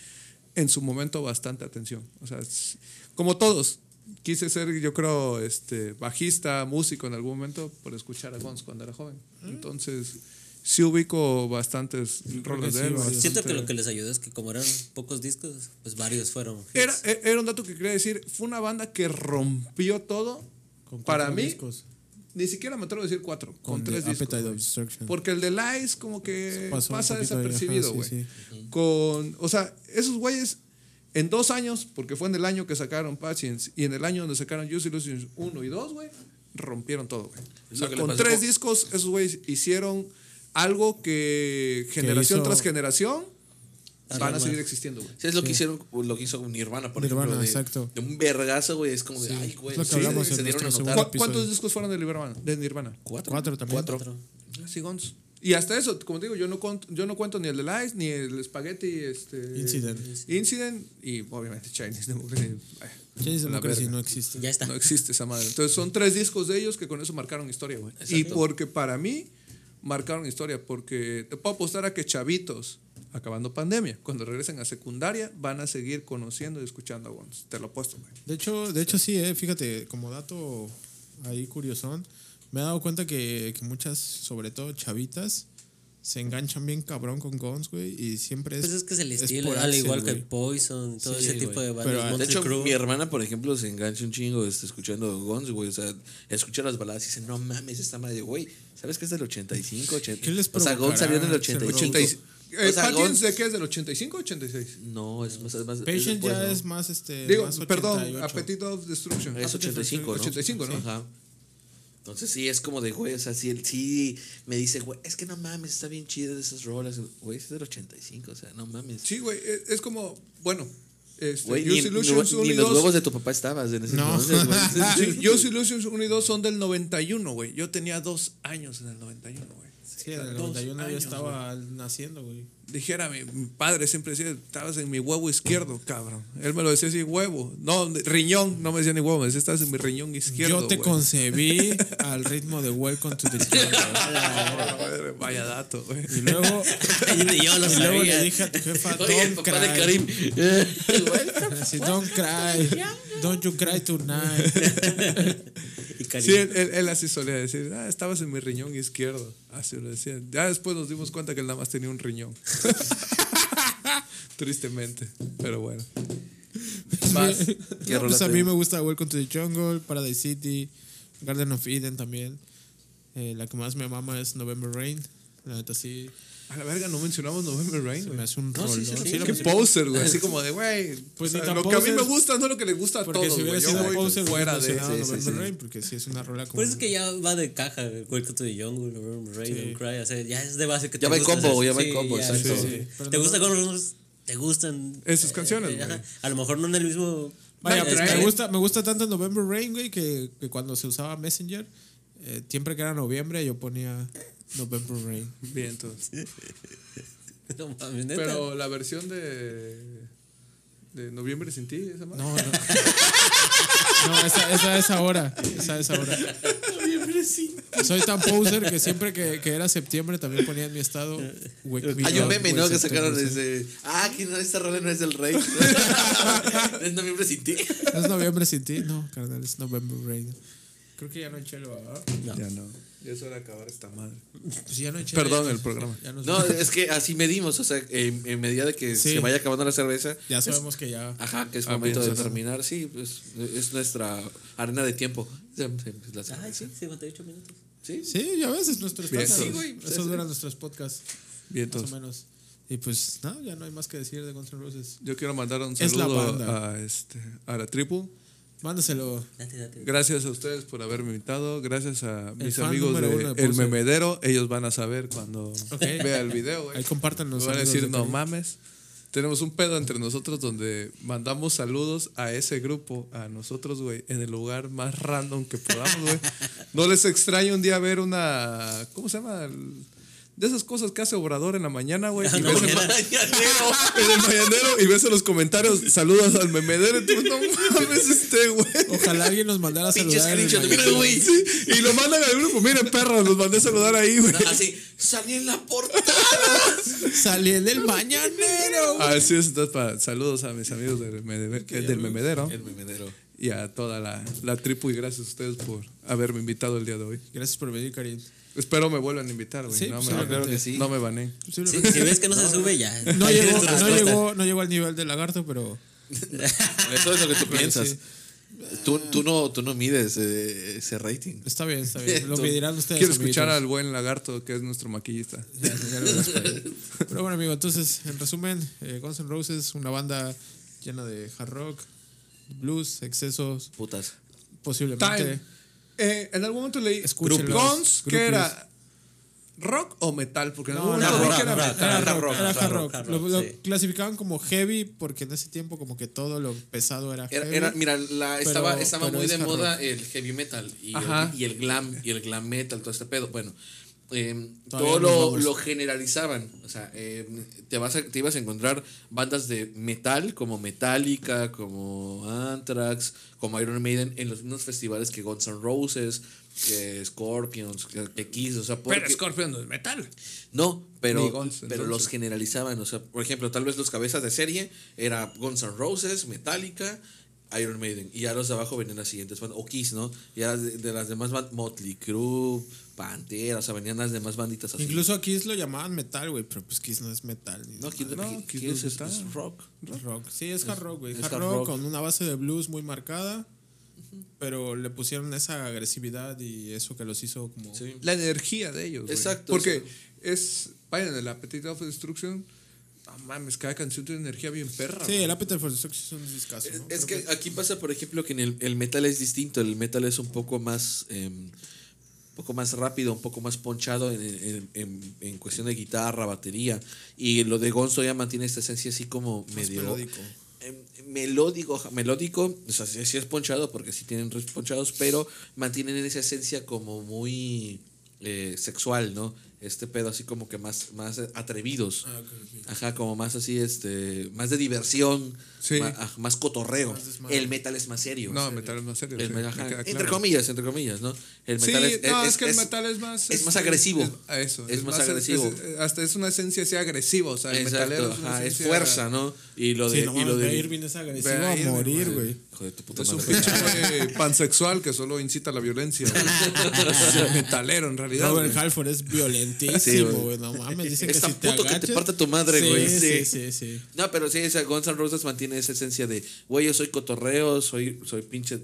en su momento bastante atención. O sea, s- como todos, quise ser, yo creo, este, bajista, músico en algún momento por escuchar a Guns cuando era joven. Ah. Entonces, sí ubico bastantes roles de él. bastante- Siento que lo que les ayudó es que como eran pocos discos, pues varios fueron. hits. Era, e- era un dato que quería decir, fue una banda que rompió todo. Con cuatro Para mí, discos. ni siquiera me atrevo a decir cuatro, con, Con The tres discos. Appetite güey. Obstruction. Porque el de Lies como que Pasó un pasa poquito de- desapercibido, ajá, güey. sí, Con, o sea, esos güeyes en dos años, porque fue en el año que sacaron Patience y en el año donde sacaron Use Illusions 1 y 2, güey, rompieron todo, güey. O sea, que le con pasó tres con- discos, esos güeyes hicieron algo que generación hizo- tras generación van a más. seguir existiendo, güey. Sí, es lo que hicieron, lo que hizo Nirvana, por Nirvana, ejemplo. de- exacto. De un vergazo, güey. Es como de, ay, es güey. lo que sí, hablamos se en dieron a nuestro notar. ¿Cu- segundo- ¿Cuántos episodio. discos fueron de Nirvana? De Nirvana? Cuatro también. Cuatro. Sí, Guns. Y hasta eso, como te digo, yo no, cont- yo no cuento ni el de Lies, ni el Spaghetti este, Incident. Incident, y obviamente Chinese Democracy. ay, Chinese la Democracy verga. no existe. Ya está. No existe esa madre. Entonces son tres discos de ellos que con eso marcaron historia, güey. Y porque para mí marcaron historia, porque te puedo apostar a que chavitos, acabando pandemia, cuando regresen a secundaria, van a seguir conociendo y escuchando a Guns. Te lo apuesto, güey. De hecho, de hecho sí, eh, fíjate, como dato ahí curiosón, me he dado cuenta que, que muchas, sobre todo chavitas, se enganchan bien cabrón con Guns, güey, y siempre es... Pues es que es el es estilo, por al Axl, igual que güey. Poison, todo Sí, ese güey. tipo de Pero, bandas. De Motley hecho, Crue. mi hermana, por ejemplo, se engancha un chingo este, escuchando Guns, güey. O sea, escucha las baladas y dice, no mames, esta madre, güey. ¿Sabes que es del 85? 80? ¿Qué les O sea, Guns provocará? salió en el Se 85. Ochenta y- O Eh, sea, Guns- Patience, ¿de qué es? ¿Del 85 o 86? No, es más. Es más Patient después, ya ¿no? es más, este... Digo, más perdón, 88. Appetite of Destruction. Es 85, ¿no? 85, ¿no? Sí. Ajá. Entonces sí, es como de, güey, o sea, si él sí me dice, güey, es que no mames, está bien chida de esas rolas, güey, es del 85, o sea, no mames. Sí, güey, es, es como, bueno, este, Güey, ni, Use en- Illusions ni- 1 ni y en los 2. huevos de tu papá estabas en ese entonces, güey. Sí, Use Illusions 1 y 2 son del 91, güey. Yo tenía dos años en el 91, güey. Sí, en el Dos 91 años, ya estaba naciendo, güey. Dijera, mi, mi padre siempre decía, estabas en mi huevo izquierdo, cabrón. Él me lo decía así, huevo. No, riñón, no me decía ni huevo, me decía, estás en mi riñón izquierdo. Yo te güey". concebí al ritmo de Welcome to the Jungle. Ah, madre, Vaya dato, güey. Y luego, Ni yo lo y luego sabía. le dije a tu jefa, Oye, el don't papá de cry. Karim. Así, don't cry. Don't you cry tonight. Y Karim. Sí, él, él- él así solía decir, ah, estabas en mi riñón izquierdo. Así lo decía. Ya después nos dimos cuenta que él nada más tenía un riñón. Tristemente, pero bueno. Más. ¿Qué No, rola pues a te- mí me gusta Welcome to the Jungle, Paradise City, Garden of Eden también. Eh, la que más me mama es November Rain. La neta sí, A la verga, no mencionamos November Rain, me güey. hace un rolón. sí, sí, sí. Sí, lo Qué mencioné. poser, güey. Así como de, güey. Pues o sea, ni tan lo que a mí poser. me gusta no lo que le gusta a porque todos. si hubiera güey. Yo sido voy Poser, fuera de. mencionado sí, sí, November sí. Rain, porque sí es una rola como... Por eso Pues es que ya va de caja, güey, Welcome to the Jungle, Remember Rain, Don't Cry. O sea, ya es de base que Ya va en gusta, combo, o sea, ya va en sí, combo, ya, sí, exacto. Sí, sí. pero Te no- gustan Guns, te gustan. eh, Esas canciones, ajá. güey. A lo mejor no en el mismo. Vaya, es pero que- me gusta, me gusta tanto November Rain, güey, que, que cuando se usaba Messenger, eh, siempre que era noviembre, yo ponía November Rain. Bien, entonces. No mames, neta. Pero la versión de. De noviembre sin ti, esa madre. No, no. No, esa, esa es ahora. Esa es ahora. Soy tan poser que siempre que, que era septiembre también ponía en mi estado. wake me Hay un up meme, with ¿no? Que September. sacaron desde. Ah, que no, esta rola no es del rey. es noviembre sin ti. ¿Es noviembre sin ti? No, carnal, es November Rain. Creo que ya no eché el ¿verdad? Ya no. Ya es hora de acabar esta madre. Pues ya no eché Perdón el programa. Ya, nos- No, es que así medimos, o sea, en, en medida de que Sí. se vaya acabando la cerveza. ya sabemos que ya. Ajá, que es momento de terminar, sí, pues es nuestra arena de tiempo. La cerveza. Ay, sí, 58 minutos. Sí, ya ves, es nuestro Bien, estándar. sí, güey. Eso duran nuestros podcasts, Bien, más o entonces. menos. Y pues, no, ya no hay más que decir de Guns N' Roses. Yo quiero mandar un Es la saludo banda. a, este, a la tribu. Mándaselo. Date, date. Gracias a ustedes por haberme invitado. Gracias a mis fan amigos de, número uno de El Pulse. Memedero. Ellos van a saber cuando Ok. vea el video. güey. Ahí compártanos, Me Van a amigos decir, de no Caribe". mames. Tenemos un pedo entre nosotros donde mandamos saludos a ese grupo, a nosotros, güey, en el lugar más random que podamos, güey. No les extraño un día ver una. ¿Cómo se llama? El- de esas cosas que hace Obrador en la mañana, güey. y No, ves el- mañana. en el mañanero y ves en los comentarios saludos al memedero y tú no mames este güey. Ojalá alguien nos mandara a Pinche saludar. en el screenshot, mañana. mira, güey. Sí, y lo mandan al grupo, miren perros, los mandé a saludar ahí, güey. Así, salí en la portada. Salí en el mañanero. güey. Así es, entonces para, saludos a mis amigos del, memedero- que es del memedero El memedero. y a toda la, la tripu y gracias a ustedes por haberme invitado el día de hoy. Gracias por venir, Karim. Espero me vuelvan a invitar, güey. Sí, no, pues, me, claro, claro que sí. no me banen. Si, si ves que no, se sube, ya. No, Ahí llegó, tienes tu no, respuesta. llegó, no llegó al nivel del lagarto, pero Eso es lo que tú piensas. sí. Tú, tú, no, tú no mides eh, ese rating. está bien, está bien. Lo Tú- que dirán ustedes. Quiero escuchar al amiguitos. buen lagarto que es nuestro maquillista. Ya, ya lo verás por ahí. Pero bueno, amigo, entonces, en resumen, eh, Guns N' Roses, una banda llena de hard rock, blues, excesos, Putas. posiblemente. Time. Eh, en algún momento leí Escúchenlos, Guns, que grupos. era rock o metal, porque en No, algún no, momento rock, vi que era rock, metal. Era Hard rock, rock, era hard hard rock, rock. hard Lo, rock, lo sí. clasificaban como heavy porque en ese tiempo como que todo lo pesado era Era, heavy. era- mira, la, Pero- estaba, estaba pero muy es de hard moda el heavy metal y Ajá. el, y el glam y el glam metal, todo este pedo. Bueno, eh, Todavía pues. todo nos lo, vamos. lo generalizaban. O sea, eh, te, vas a- te ibas a encontrar bandas de metal como Metallica, como Anthrax, como Iron Maiden en los mismos festivales que Guns N' Roses, que Scorpions, que, que Kiss. O sea, porque- Scorpion no es metal. no, pero, Ni Guns, pero entonces. los generalizaban. O sea, por ejemplo, tal vez los cabezas de serie era Guns N' Roses, Metallica, Iron Maiden. Y ya los de abajo venían las siguientes bandas. O Kiss, ¿no? Y ya de, de las demás bandas, Motley Crue, Pantera, o sea, venían las demás banditas así. Incluso a Kiss lo llamaban metal, güey, pero pues Kiss no es metal. ni No, nada. Kiss, No, Kiss Kiss es, no es- está. es rock. Hard rock. Sí, es hard rock, güey. es Hard, hard rock, rock. con una base de blues muy marcada. Pero le pusieron esa agresividad y eso que los hizo como. Sí. La energía de ellos. güey. Exacto, Porque o sea. es. Vayan, el Appetite of Destruction. No mames, cada canción tiene energía bien perra. Sí, güey. el Appetite for Destruction es un discazo. Es, Pues, ¿no? es Creo que aquí pasa, por ejemplo, que en el, el metal es distinto. El metal es un poco más. em, un poco más rápido, un poco más ponchado en, en- en- en cuestión de guitarra, batería. Y lo de Gonzo ya mantiene esta esencia así como medio. melódico. em, melódico, ajá, melódico, o sea, sí, sí es ponchado porque sí tienen riffs ponchados, pero mantienen esa esencia como muy eh, sexual, ¿no? Este pedo así como que más, más atrevidos. Ah, Ajá, como más así, este, más de diversión, Sí. ma- ajá, más cotorreo. desmadre. el metal es más serio. No, el metal es más serio. El sí, me- me ajá, queda entre claro. comillas, entre comillas, ¿no? El Sí, metal no, es, que el metal es más. este, es más agresivo. es- a eso. Es más agresivo. es- hasta es una esencia así agresiva. O sea, el Exacto, metalero es, una ajá, es esencia- fuerza, ¿no? Y lo de. Sí, no, y lo de Irving es agresivo Ve a a Irving, morir, güey. güey. Hijo de tu puta Es un madre. pinche güey pansexual que solo incita a la violencia. güey. Es el metalero, en realidad. Robert güey. Halford es Sí, violentísimo, güey. güey. no mames, dicen Es que tan si te puto que te agachas- parte tu madre, güey. Sí, sí, sí, Sí. sí. No, pero sí, esa Guns N' Roses mantiene esa esencia de, güey, yo soy cotorreo, soy, soy pinche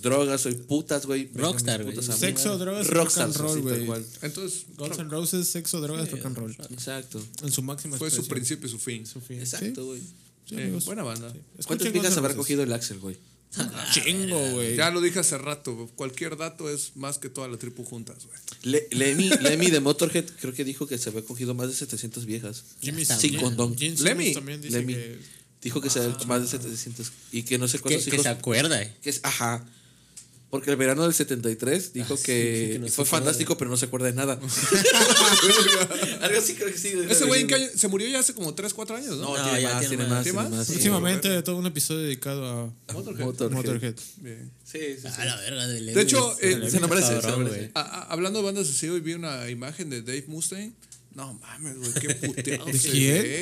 droga, soy putas, güey. Rockstar, Vengan mis güey. putas a mí. Sexo, drogas, Rockstar, rock and roll, así, tal güey. cual. Entonces, Guns N' Roses, sexo, drogas, rock and roll. Exacto. En su máxima fue su expresión. principio y su fin. Su fin. Exacto, güey. Sí, Eh, amigos. buena banda. Escuchen ¿Cuántas Guns picas N' habrá Roses. cogido el Axel, güey? Chingo, güey. Ya lo dije hace rato, cualquier dato es más que toda la tripu juntas, güey. Le- Lemmy, Lemmy de Motorhead creo que dijo que se había cogido más de 700 viejas. Jimmy Sin Jim- condón. Jim Simmons Lemmy, también dice Lemmy que- Ah, dijo que se había hecho más de 700 y que no sé Que, cuántos que hijos. se acuerda, eh. que es, ajá. Porque el verano del 73 dijo Ah, sí, que, sí, que no se fue acuerda. fantástico, pero no se acuerda de nada. Algo así creo que sí. Ese güey ¿en qué año? se murió ya hace como 3, 4 años, ¿no? No, No, tiene, ya más, tiene más, tiene más. Sí, Próximamente todo un episodio dedicado a Motorhead. Motorhead. Bien. Sí, sí, sí. A la verga de Lemmy, De hecho, este, eh, Lemmy se lo merece, se lo cabrón, merece. güey. A- a- hablando de bandas así, hoy vi una imagen de Dave Mustaine. No mames, güey, qué puteado ¿De se ve,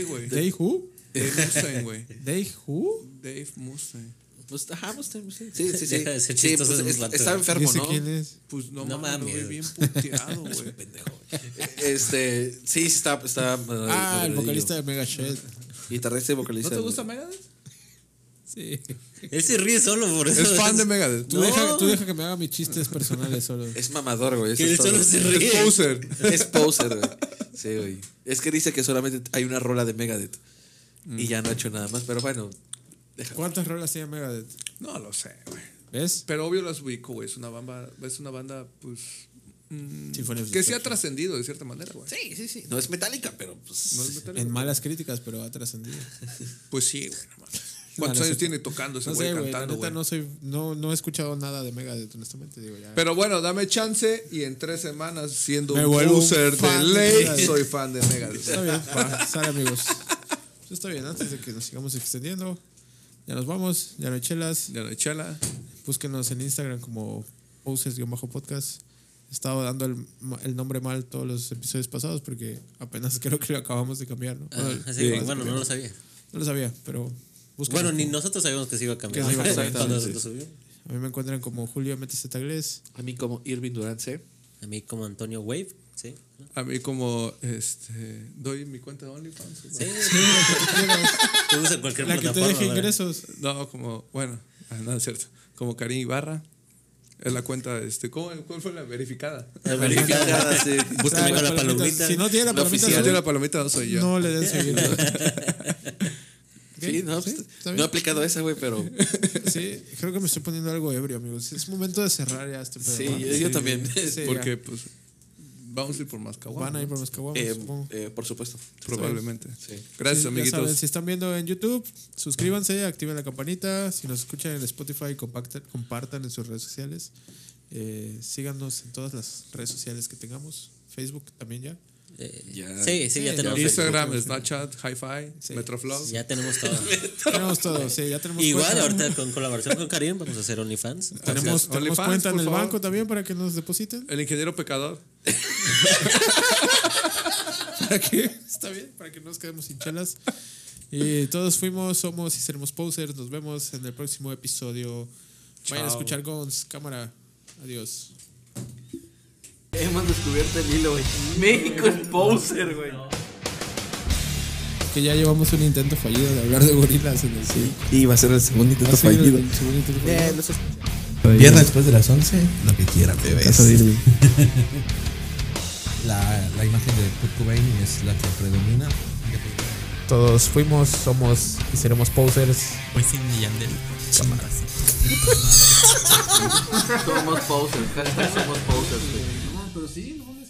quién? güey. ¿Day Who? Dave Mustaine, güey. ¿Day Who? Dave Mustaine. Pues, ajá, pues, sí, sí, sí. Deja de ser Sí, chistoso pues, en un es- rato. estaba ¿Y enfermo, ese ¿no? quién es? Pues no, No mames, lo mames. vi bien puteado, güey. Este, sí, está, está. Ah, el vocalista de Megashed. Guitarrista y ¿No vocalista. te de- gusta Megadeth? Sí. Él se ríe solo por eso. Es fan de Megadeth. Tú, No. deja, tú deja que me haga mis chistes personales solo. Es mamador, güey. Que eso él es todo. solo se ríe. Es poser. Es poser, güey. Sí, güey. Es que dice que solamente hay una rola de Megadeth. Y ya no ha hecho nada más, pero bueno. ¿Cuántas rolas tiene Megadeth? No lo sé, güey. ¿Ves? Pero obvio las ubico, güey. Es una banda, es una banda, pues. mm, Symphony of que sí ha Destruction. trascendido de cierta manera, güey. Sí, sí, sí. No es metálica, pero pues. ¿No es metal? En malas críticas, pero ha trascendido. Pues sí, güey. no mames. ¿Cuántos No, no años sé. tiene tocando ese No güey sé, güey. La cantando, neta güey? no, soy, no, no he escuchado nada de Megadeth, honestamente. Digo, ya. Pero bueno, dame chance y en tres semanas, siendo Me un vuelvo un user de fan de ley, Megadeth. soy fan de Está Megadeth. bien, va, sale amigos. Pues está bien, antes de que nos sigamos extendiendo, ya nos vamos, ya no hay chelas. Ya no hay chala. Búsquenos en Instagram como poses-podcast. He estado dando el, ma- el nombre mal todos los episodios pasados porque apenas creo que lo acabamos de cambiar, ¿no? Ah, Bueno, así que, bueno, no lo sabía. no lo sabía, pero búsquenos. Bueno, ni nosotros sabíamos que se iba a cambiar. Que se iba a cambiar, Cuando sí. lo subió. A mí me encuentran como Julio MTZ Tagles. A mí como Irving Durant C. A mí como Antonio Wave, sí. A mí como, este, doy mi cuenta de OnlyFans. güey. Sí. Tú usas cualquier La que te deje plataforma, ¿verdad? ingresos. No, como, bueno, ah, no es cierto. Como Karim Ibarra. Es la cuenta, este, ¿cómo, ¿cuál fue la verificada? La verificada, sí. Búscame Ah, con la palomita. Si no tiene la palomita, Si no azul, tiene la palomita, no soy yo. no le den seguir. Sí, no, Sí, pues, está no he bien. aplicado esa, güey, pero Sí, creo que me estoy poniendo algo ebrio, amigos. Es momento de cerrar ya este sí, programa. yo, yo también. Sí, porque, ya. pues, vamos a ir por más Van a caguamas. ir por ¿no? los caguamas, Eh, supongo. eh, por supuesto. Probablemente. Sí. Gracias, Sí, ya amiguitos. saben, si están viendo en YouTube, suscríbanse, activen la campanita. Si nos escuchan en Spotify, compacta- compartan en sus redes sociales. Eh, síganos en todas las redes sociales que tengamos. Facebook también ya. Eh, Ya. Sí, sí, ya Sí, tenemos. Instagram, Snapchat, Hi-Fi, Sí. Metroflog. Ya tenemos todo. Tenemos todo, sí, ya tenemos Igual, cuenta. ahorita con colaboración con Karim vamos a hacer OnlyFans. Tenemos, Gracias. tenemos OnlyFans, cuenta en por el favor. banco también para que nos depositen. El ingeniero pecador. ¿Para qué? Está bien, para que no nos quedemos sin chelas. Y todos fuimos, somos y seremos posers. Nos vemos en el próximo episodio. Vayan a Chao. escuchar Gons, cámara. Adiós. Hemos descubierto el hilo, güey. México es poser, güey. Que ya llevamos un intento fallido de hablar de gorilas en el sí. Y va a ser el segundo intento Viernes después de las 11, lo que quieran, bebés. La, la imagen de Kurt Cobain es la que predomina. Todos fuimos, somos y seremos posers. Pues en Yandel. Cámaras. Somos poser, hashtag somos poser, güey. Pero sí, no mames.